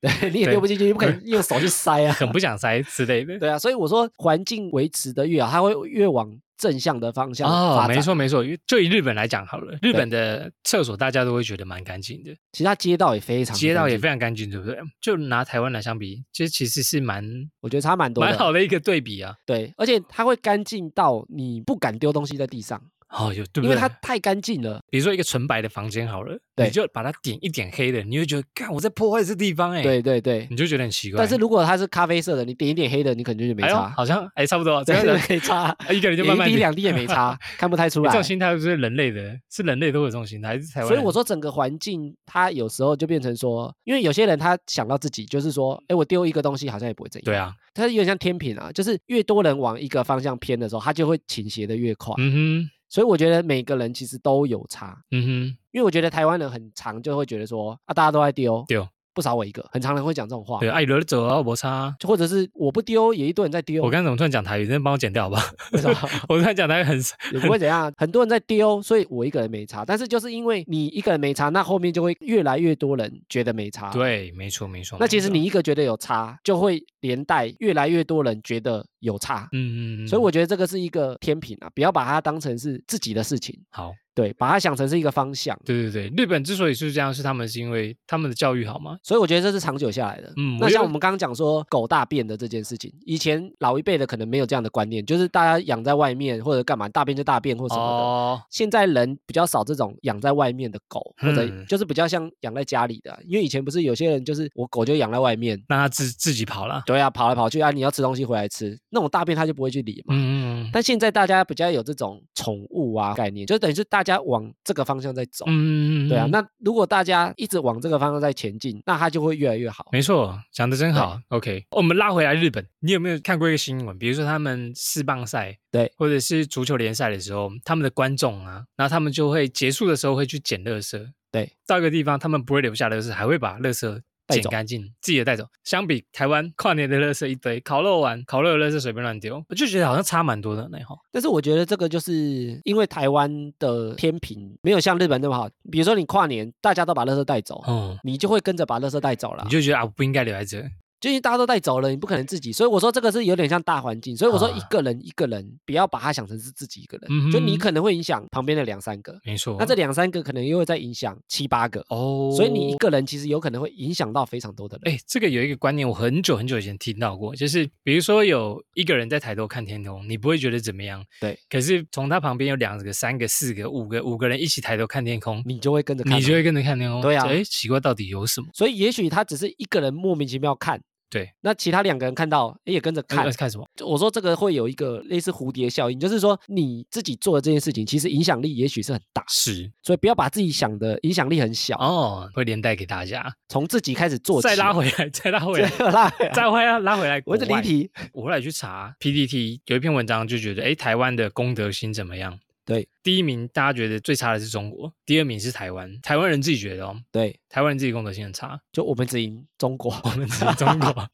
B: 对，对，你也
A: 对
B: 丢不进去，你不可能用手去塞 啊。
A: 很不想 塞之类的。
B: 对啊，所以我说环境维持的越好，它会越往正向的方向
A: 哦
B: 发，展。
A: 没，错没错，因为就以日本来讲好了，日本的厕所大家都会觉得蛮干净的，
B: 其实它街道也非常，
A: 街道也，非常干净，对不对？就拿台湾来相比，其实其实是蛮
B: 我觉得差蛮多
A: 蛮
B: 的。
A: 好的一个对比啊。
B: 对，而且它会干净到你不敢丢东西在地上，
A: 哦，有对不对？
B: 因为它太干净了。
A: 比如说一个纯白的房间好了，你
B: 对
A: 就把它点一点黑的，你就觉得，干我在破坏这地方哎、
B: 对对对
A: 你。就觉得很奇怪。
B: 但是如果它是咖啡色的，你点一点黑的，你可能就没
A: 哎呦，
B: 差，
A: 好像哎差不多这样
B: 对，
A: 子，
B: 没差，
A: 一个人就慢慢
B: 一滴
A: 点
B: 两滴也没差，看 不太出
A: 这
B: 来。
A: 种心态是不是人类的，是人类都有这种心态，还是台湾
B: 所
A: 人？
B: 以我说整个环境，它有时候就变成说，因为有些人他想到自己，就是说，哎，我丢一个东西好像也不会怎样。
A: 对，啊，
B: 它有点像天平啊，就是越多人往一个方向偏的时候，它就会倾斜的越快。
A: 嗯哼，
B: 所以我觉得每个人其实都有差，
A: 嗯哼，
B: 因为我觉得台湾人很常就会觉得说，啊，大家都在丢，
A: 丢，
B: 不少我一个，很常人会讲这种话。
A: 对，爱惹走啊，摩擦。
B: 就或者是我不丢，也一堆人在丢
A: 我，刚才怎么突然讲台语？那帮我剪掉好不好？
B: 为什么
A: 我突然讲台语很
B: 也不会怎样。很多人在丢，所以我一个人没差。但是就是因为你一个人没差，那后面就会越来越多人觉得没差。
A: 对，没错没错。
B: 啊那
A: 没
B: 其实
A: 错，
B: 你一个觉得有差，就会连带越来越多人觉得有差。
A: 嗯嗯嗯，
B: 所以我觉得这个是一个天平啊，不要把它当成是自己的事情，
A: 好，
B: 对，把它想成是一个方向。
A: 对对对，日本之所以是这样，是他们是因为他们的教育好吗？
B: 所以我觉得这是长久下来的。
A: 嗯我
B: 那
A: 觉
B: 像
A: 得
B: 我们刚刚讲说狗大便的这件事情，以前老一辈的可能没有这样的观念，就是大家养在外面或者干嘛，大便就大便或什么的。
A: 哦，
B: 现在人比较少这种养在外面的狗，或者
A: 嗯
B: 就是比较像养在家里的啊，因为以前不是有些人就是我狗就养在外面，
A: 那他自自己跑了。
B: 对啊，跑来跑去啊，你要吃东西回来吃，那种大便它就不会去理嘛。
A: 嗯嗯嗯。
B: 但现在大家比较有这种宠物啊概念，就等于是大家往这个方向在走。
A: 嗯，
B: 对啊，
A: 嗯
B: 那如果大家一直往这个方向在前进，那它就会越来越好。
A: 没错，讲的真好。OK，我们拉回来日本，你有没有看过一个新闻？比如说他们世棒赛，
B: 对，
A: 或者是足球联赛的时候，他们的观众啊，然后他们就会结束的时候会去捡垃圾，
B: 对，
A: 到一个地方他们不会留下垃圾，还会把垃圾。
B: 带
A: 捡
B: 走
A: 干净，自己的带走。相比台湾跨年的垃圾一堆，烤肉完烤肉的垃圾随便乱丢，我就觉得好像差蛮多的呢哈。
B: 但是我觉得这个就是因为台湾的天平没有像日本那么好，比如说你跨年大家都把垃圾带走，
A: 哦，
B: 你就会跟着把垃圾带走了
A: 你。就觉得啊，我不应该留在这。
B: 就因为大家都带走了，你不可能自己，所以我说这个是有点像大环境，所以我说
A: 啊
B: 一个人一个人，不要把它想成是自己一个人，
A: 嗯
B: 就你
A: 哼
B: 可能会影响旁边的两三个，
A: 没错，
B: 那这两三个可能又会再影响七八个，
A: 哦，
B: 所以你一个人其实有可能会影响到非常多的人。
A: 哎，这个有一个观念，我很久很久以前听到过，就是比如说有一个人在抬头看天空，你不会觉得怎么样，
B: 对，
A: 可是从他旁边有两个、三个、四个、五个、五个人一起抬头看天空，
B: 你就会跟着看
A: 你
B: 啊，
A: 就会跟着看天空。
B: 对啊
A: 哎，奇怪，到底有什么？
B: 所以也许他只是一个人莫名其妙看，
A: 对，
B: 那其他两个人看到诶也跟着看
A: 呃。看什么？
B: 就我说这个会有一个类似蝴蝶效应，就是说你自己做的这件事情，其实影响力也许是很大，
A: 是
B: 所以不要把自己想的影响力很小，
A: 哦，会连带给大家。
B: 从自己开始做起。
A: 再拉回来，再拉回来，
B: 再拉回来，
A: 再回来，拉回来。
B: 啊我这离。题。
A: 我后来去查 PDT 有一篇文章，就觉得哎，诶台湾的公德心怎么样？
B: 对，
A: 第一名大家觉得最差的是中国，第二名是台湾。台湾人自己觉得哦，
B: 对，
A: 台湾人自己公德心很差。
B: 就我们只赢中国。
A: 我们只赢中 国，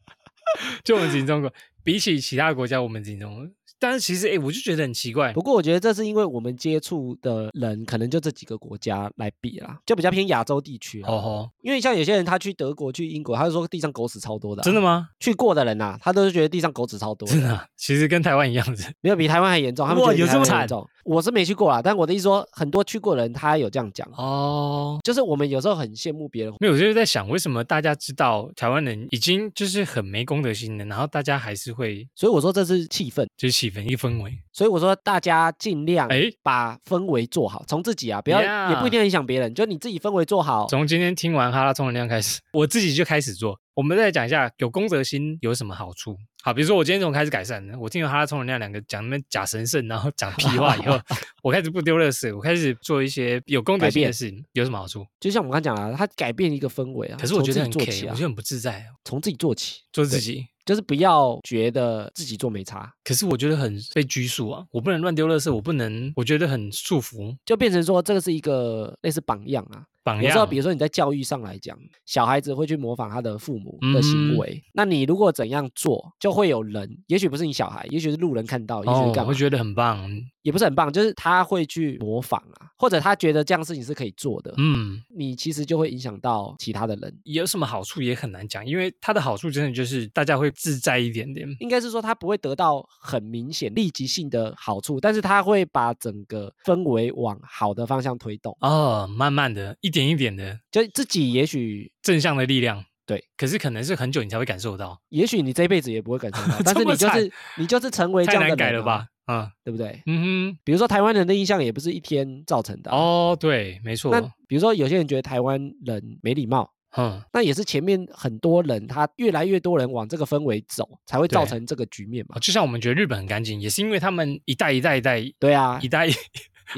A: 就我们只赢中国，比起其他国家，我们只赢中国。但是其实，哎、我就觉得很奇怪
B: 不，过我觉得这是因为我们接触的人可能就这几个国家来比啦，就比较偏亚洲地区啊。
A: 哦吼，
B: 因为像有些人他去德国、去英国，他就说地上狗屎超多的啊、
A: 真的吗？
B: 去过的人呐、啊，他都是觉得地上狗屎超多的
A: 真的啊、其实跟台湾一样子。
B: 没有比台湾还严重，他们觉
A: 哇
B: 得比
A: 有
B: 台
A: 这
B: 湾
A: 么
B: 还
A: 惨
B: 严重。我是没去过啦，但我的意思说，很多去过的人他有这样讲，
A: 哦。
B: 就是我们有时候很羡慕别人，
A: 没有，我就是在想，为什么大家知道台湾人已经就是很没公德心了，然后大家还是会
B: 所以我说这是气氛，
A: 就是气氛一氛围，
B: 所以我说大家尽量
A: 哎
B: 把氛围做好，从自己啊，不要
A: Yeah
B: 也不一定影响别人，就你自己氛围做好。
A: 从今天听完哈拉充能量开始， 我自己就开始做。我们再讲一下有公德心有什么好处。好，比如说我今天从开始改善了，我听了哈拉充能量两个讲那边假神圣，然后讲屁话以 后，我开始不丢垃圾，我开始做一些有公德
B: 改
A: 心的
B: 变
A: 事情，有什么好处？
B: 就像我们刚刚讲了，他改变一个氛围啊，
A: 可是我觉得很
B: 从自
A: K，
B: 己做起
A: 我
B: 啊
A: 觉，得很不自在哦，
B: 从自己做起，
A: 做自己。
B: 就是不要觉得自己做没差，
A: 可是我觉得很被拘束啊，我不能乱丢垃圾，我不能，我觉得很束缚
B: 就变成说这个是一个类似榜样啊。
A: 榜
B: 有
A: 样。
B: 时候，比如说你在教育上来讲，小孩子会去模仿他的父母的
A: 嗯
B: 行为。那你如果怎样做，就会有人，也许不是你小孩，也许是路人看到，也许
A: 哦
B: 是，干
A: 我会
B: 嘛，
A: 觉得很棒。
B: 也不是很棒，就是他会去模仿啊，或者他觉得这样事情是可以做的，
A: 嗯，
B: 你其实就会影响到其他的人。
A: 有什么好处也很难讲，因为它的好处真的就是大家会自在一点点。
B: 应该是说他不会得到很明显立即性的好处，但是他会把整个氛围往好的方向推动，
A: 哦，慢慢的，一点一点的
B: 就自己也许
A: 正向的力量。
B: 对，
A: 可是可能是很久你才会感受到，
B: 也许你这辈子也不会感 受到，
A: 这
B: 但是
A: 么
B: 你就
A: 惨
B: 是你就是成为这
A: 太
B: 样的
A: 难改
B: 人、啊
A: 了吧？？嗯
B: 对不对？
A: 嗯
B: 比如说台湾人的印象也不是一天造成的
A: 哼，
B: 啊、
A: 哦，对，没
B: 那
A: 错，
B: 比如说有些人觉得台湾人没礼貌，
A: 嗯，
B: 那也是前面很多人他越来越多人往这个氛围走，才会造
A: 对
B: 成这个局面嘛
A: 哦。就像我们觉得日本很干净，也是因为他们一代一代一代一
B: 对啊，
A: 代，
B: 一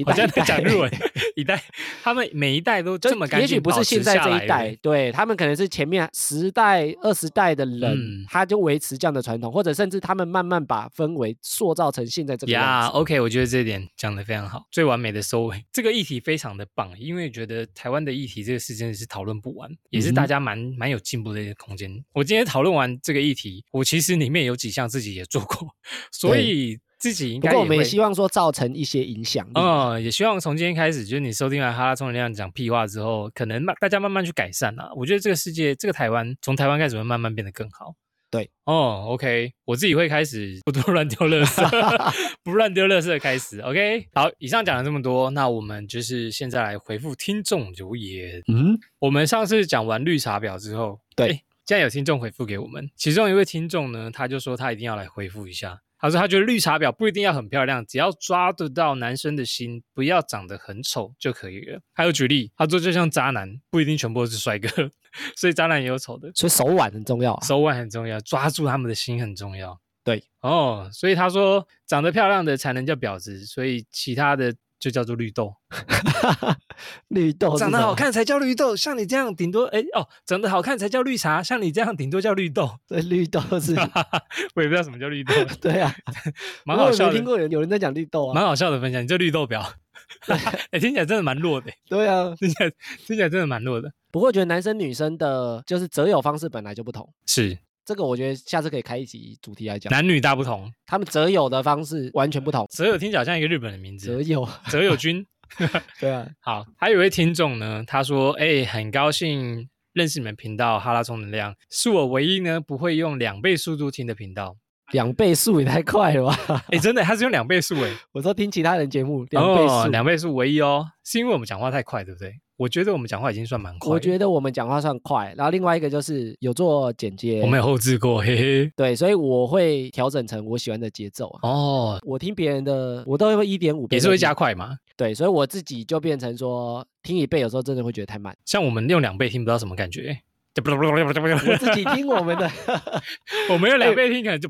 A: 我
B: 代
A: 现
B: 一
A: 在在讲日
B: 代
A: 文，一代，他们每一代都
B: 就
A: 这么干净，
B: 也许不
A: 保
B: 是
A: 持
B: 现在
A: 下
B: 这
A: 来的
B: 一代，对他们可能是前面十代、二十代的人，
A: 嗯
B: 他就维持这样的传统，或者甚至他们慢慢把氛围塑造成现在这个
A: 呀、哦
B: 样子。
A: o k 我觉得这一点讲得非常好，最完美的收尾。这个议题非常的棒，因为觉得台湾的议题这个事真的是讨论不完，也是
B: 嗯哼
A: 大家蛮蛮有进步的一个空间。我今天讨论完这个议题，我其实里面有几项自己也做过， 所
B: 对
A: 以自己应
B: 不
A: 该
B: 过我
A: 也
B: 们也
A: 会
B: 希望说造成一些影响力。
A: 嗯，也希望从今天开始，就是你收听完哈拉充能量讲屁话之后，可能慢大家慢慢去改善啦、我觉得这个世界，这个台湾，从台湾开始会慢慢变得更好。
B: 对，
A: 哦，OK，我自己会开始不多乱丢垃圾，不乱丢垃圾开始。OK，好，以上讲了这么多，那我们就是现在来回复听众留言。
B: 嗯，
A: 我们上次讲完绿茶婊之后，
B: 对
A: 诶，现在有听众回复给我们，其中一位听众呢，他就说他一定要来回复一下。他说他觉得绿茶婊不一定要很漂亮，只要抓得到男生的心，不要长得很丑就可以了。还有举例，他说就像渣男，不一定全部都是帅哥， 所以渣男也有丑的。
B: 所以手腕很重要啊。
A: 手腕很重要，抓住他们的心很重要。
B: 对，
A: 哦，所以他说长得漂亮的才能叫婊子，所以其他的就叫做绿豆。
B: 绿豆哦是
A: 长得
B: 什
A: 好
B: 么，
A: 看才叫绿豆，像你这样顶多哎哦，长得好看才叫绿茶，像你这样顶多叫绿豆。
B: 对绿豆是，
A: 我也不知道什么叫绿豆，
B: 对啊，
A: 蛮
B: 我
A: 好
B: 也没
A: 笑
B: 听
A: 的，
B: 过人有人在讲绿豆啊
A: 蛮，好笑的分享。你这绿豆婊， 哎，听起来真的蛮弱的，
B: 对啊。
A: 听起来听起来真的蛮弱 的。
B: 不过我觉得男生女生的就是择友方式本来就不同，
A: 是
B: 这个我觉得下次可以开一集主题来讲，
A: 男女大不同，
B: 他们择友的方式完全不同。
A: 择友听起来像一个日本的名
B: 择
A: 字，
B: 友，啊
A: 择友君。
B: 对啊，
A: 好，还有一位听众呢，他说：“哎、很高兴认识你们频道哈拉充能量，是我唯一呢不会用两倍速度听的频道。
B: 两倍速也太快了吧。
A: 哎、真的，他是用两倍速哎，
B: 我说听其他人节目两倍速，
A: 哦，两倍速唯一哦，是因为我们讲话太快，对不对？我觉得我们讲话已经算蛮快了，
B: 我觉得我们讲话算快。然后另外一个就是有做剪接，
A: 我们有后置过，嘿嘿。
B: 对，所以我会调整成我喜欢的节奏啊。
A: 哦，
B: 我听别人的，我都会一点五倍，
A: 也是会加。快嘛。
B: 对，所以我自己就变成说，听一倍有时候真的会觉得太慢。
A: 像我们用两倍听不到什么感 觉，就不
B: 我自己听我 们的，
A: 我们用两倍听可能就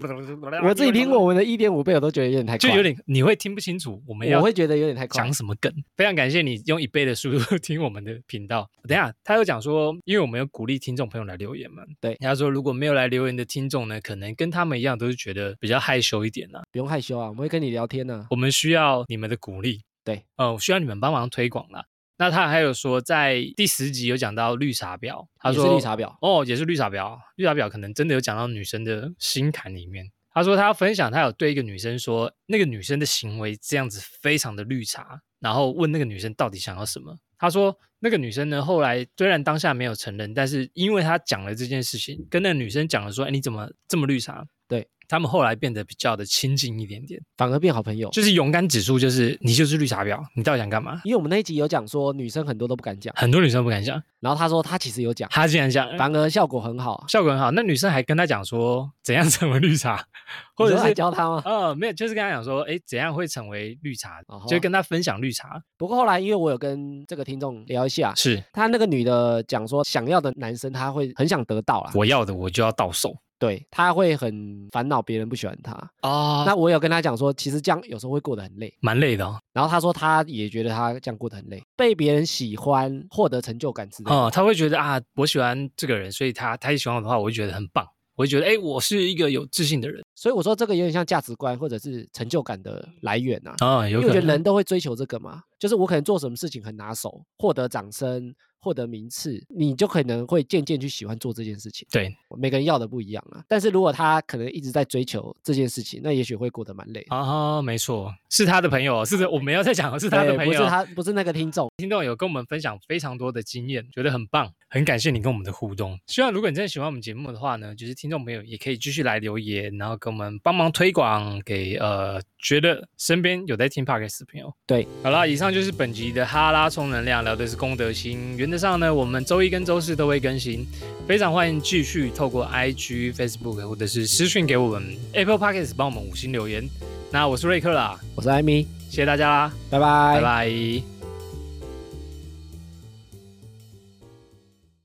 B: 我自己听我们的一点五倍，我都觉得有点太
A: 就
B: 快，
A: 有点你会听不清楚，我们
B: 我
A: 要
B: 会觉得有点太快
A: 讲。什么梗。非常感谢你用一倍的速度 听我们的频道。等一下，他又讲说，因为我们有鼓励听众朋友来留言嘛，
B: 对
A: 他说如果没有来留言的听众呢，可能跟他们一样都是觉得比较害羞一点啦、
B: 不用害羞啊，我们会跟你聊天呢、
A: 我们需要你们的鼓励，
B: 对，
A: 呃，需要你们帮忙推广啦。那他还有说，在第十集有讲到绿茶婊，他
B: 也
A: 说
B: 是绿茶婊，
A: 哦，也是绿茶婊，绿茶婊可能真的有讲到女生的心坎里面。他说他要分享，他有对一个女生说，那个女生的行为这样子非常的绿茶，然后问那个女生到底想要什么。他说那个女生呢，后来虽然当下没有承认，但是因为他讲了这件事情，跟那个女生讲了说，哎，你怎么这么绿茶？
B: 对，
A: 他们后来变得比较的亲近一点点，
B: 反而变好朋友。
A: 就是勇敢指数，就是你就是绿茶婊，你到底想干嘛？
B: 因为我们那一集有讲说女生很多都不敢讲，
A: 很多女生不敢讲，
B: 然后他说他其实有讲，
A: 她竟然讲，
B: 反而效果很好。
A: 效果很好。那女生还跟他讲说怎样成为绿茶，或者
B: 你说来
A: 是
B: 教他吗？
A: 呃，没有，就是跟他讲说，哎，怎样会成为绿茶
B: 哦，吼
A: 就跟他分享绿茶
B: 不过后来因为我有跟这个听众聊一下，
A: 是
B: 他那个女的讲说想要的男生他会很想得到啦，
A: 我要的，我就要到手
B: 对，他会很烦恼别人不喜欢他。
A: 哦那
B: 那我有跟他讲说，其实这样有时候会过得很累。
A: 蛮累的哦。
B: 然后他说他也觉得他这样过得很累，被别人喜欢、获得成就感之类的。
A: 哦，他会觉得啊，我喜欢这个人，所以他他也喜欢我的话，我会觉得很棒，我会觉得哎，我是一个有自信的人
B: 所以我说这个有点像价值观或者是成就感的来源啊。
A: 啊、
B: 因
A: 有
B: 为我
A: 可
B: 觉得
A: 能
B: 人都会追求这个嘛，就是我可能做什么事情很拿手，获得掌声、获得名次，你就可能会渐渐去喜欢做这件事情。
A: 对
B: 每个人要的不一样啊。但是如果他可能一直在追求这件事情，那也许会过得蛮累的。
A: 啊、没错，是他的朋友，哦是的，我们要再讲的是他的
B: 对
A: 朋
B: 不
A: 友，哦
B: 是他，不是那个听众。
A: 听众有跟我们分享非常多的经验，觉得很棒，很感谢你跟我们的互动。希望如果你真的喜欢我们节目的话呢，就是听众朋友也可以继续来留言，然后跟我们帮忙推广给呃觉得身边有在听 podcast 的朋友。
B: 对，
A: 好啦，以上就是本集的哈拉充能量，聊的是功德心。原则上呢，我们周一跟周四都会更新，非常欢迎继续透过 IG、Facebook 或者是私讯给我们 Apple Podcast 帮我们五星留言。那我是瑞克啦，
B: 我是艾米，
A: 谢谢大家啦，
B: 拜拜
A: 拜拜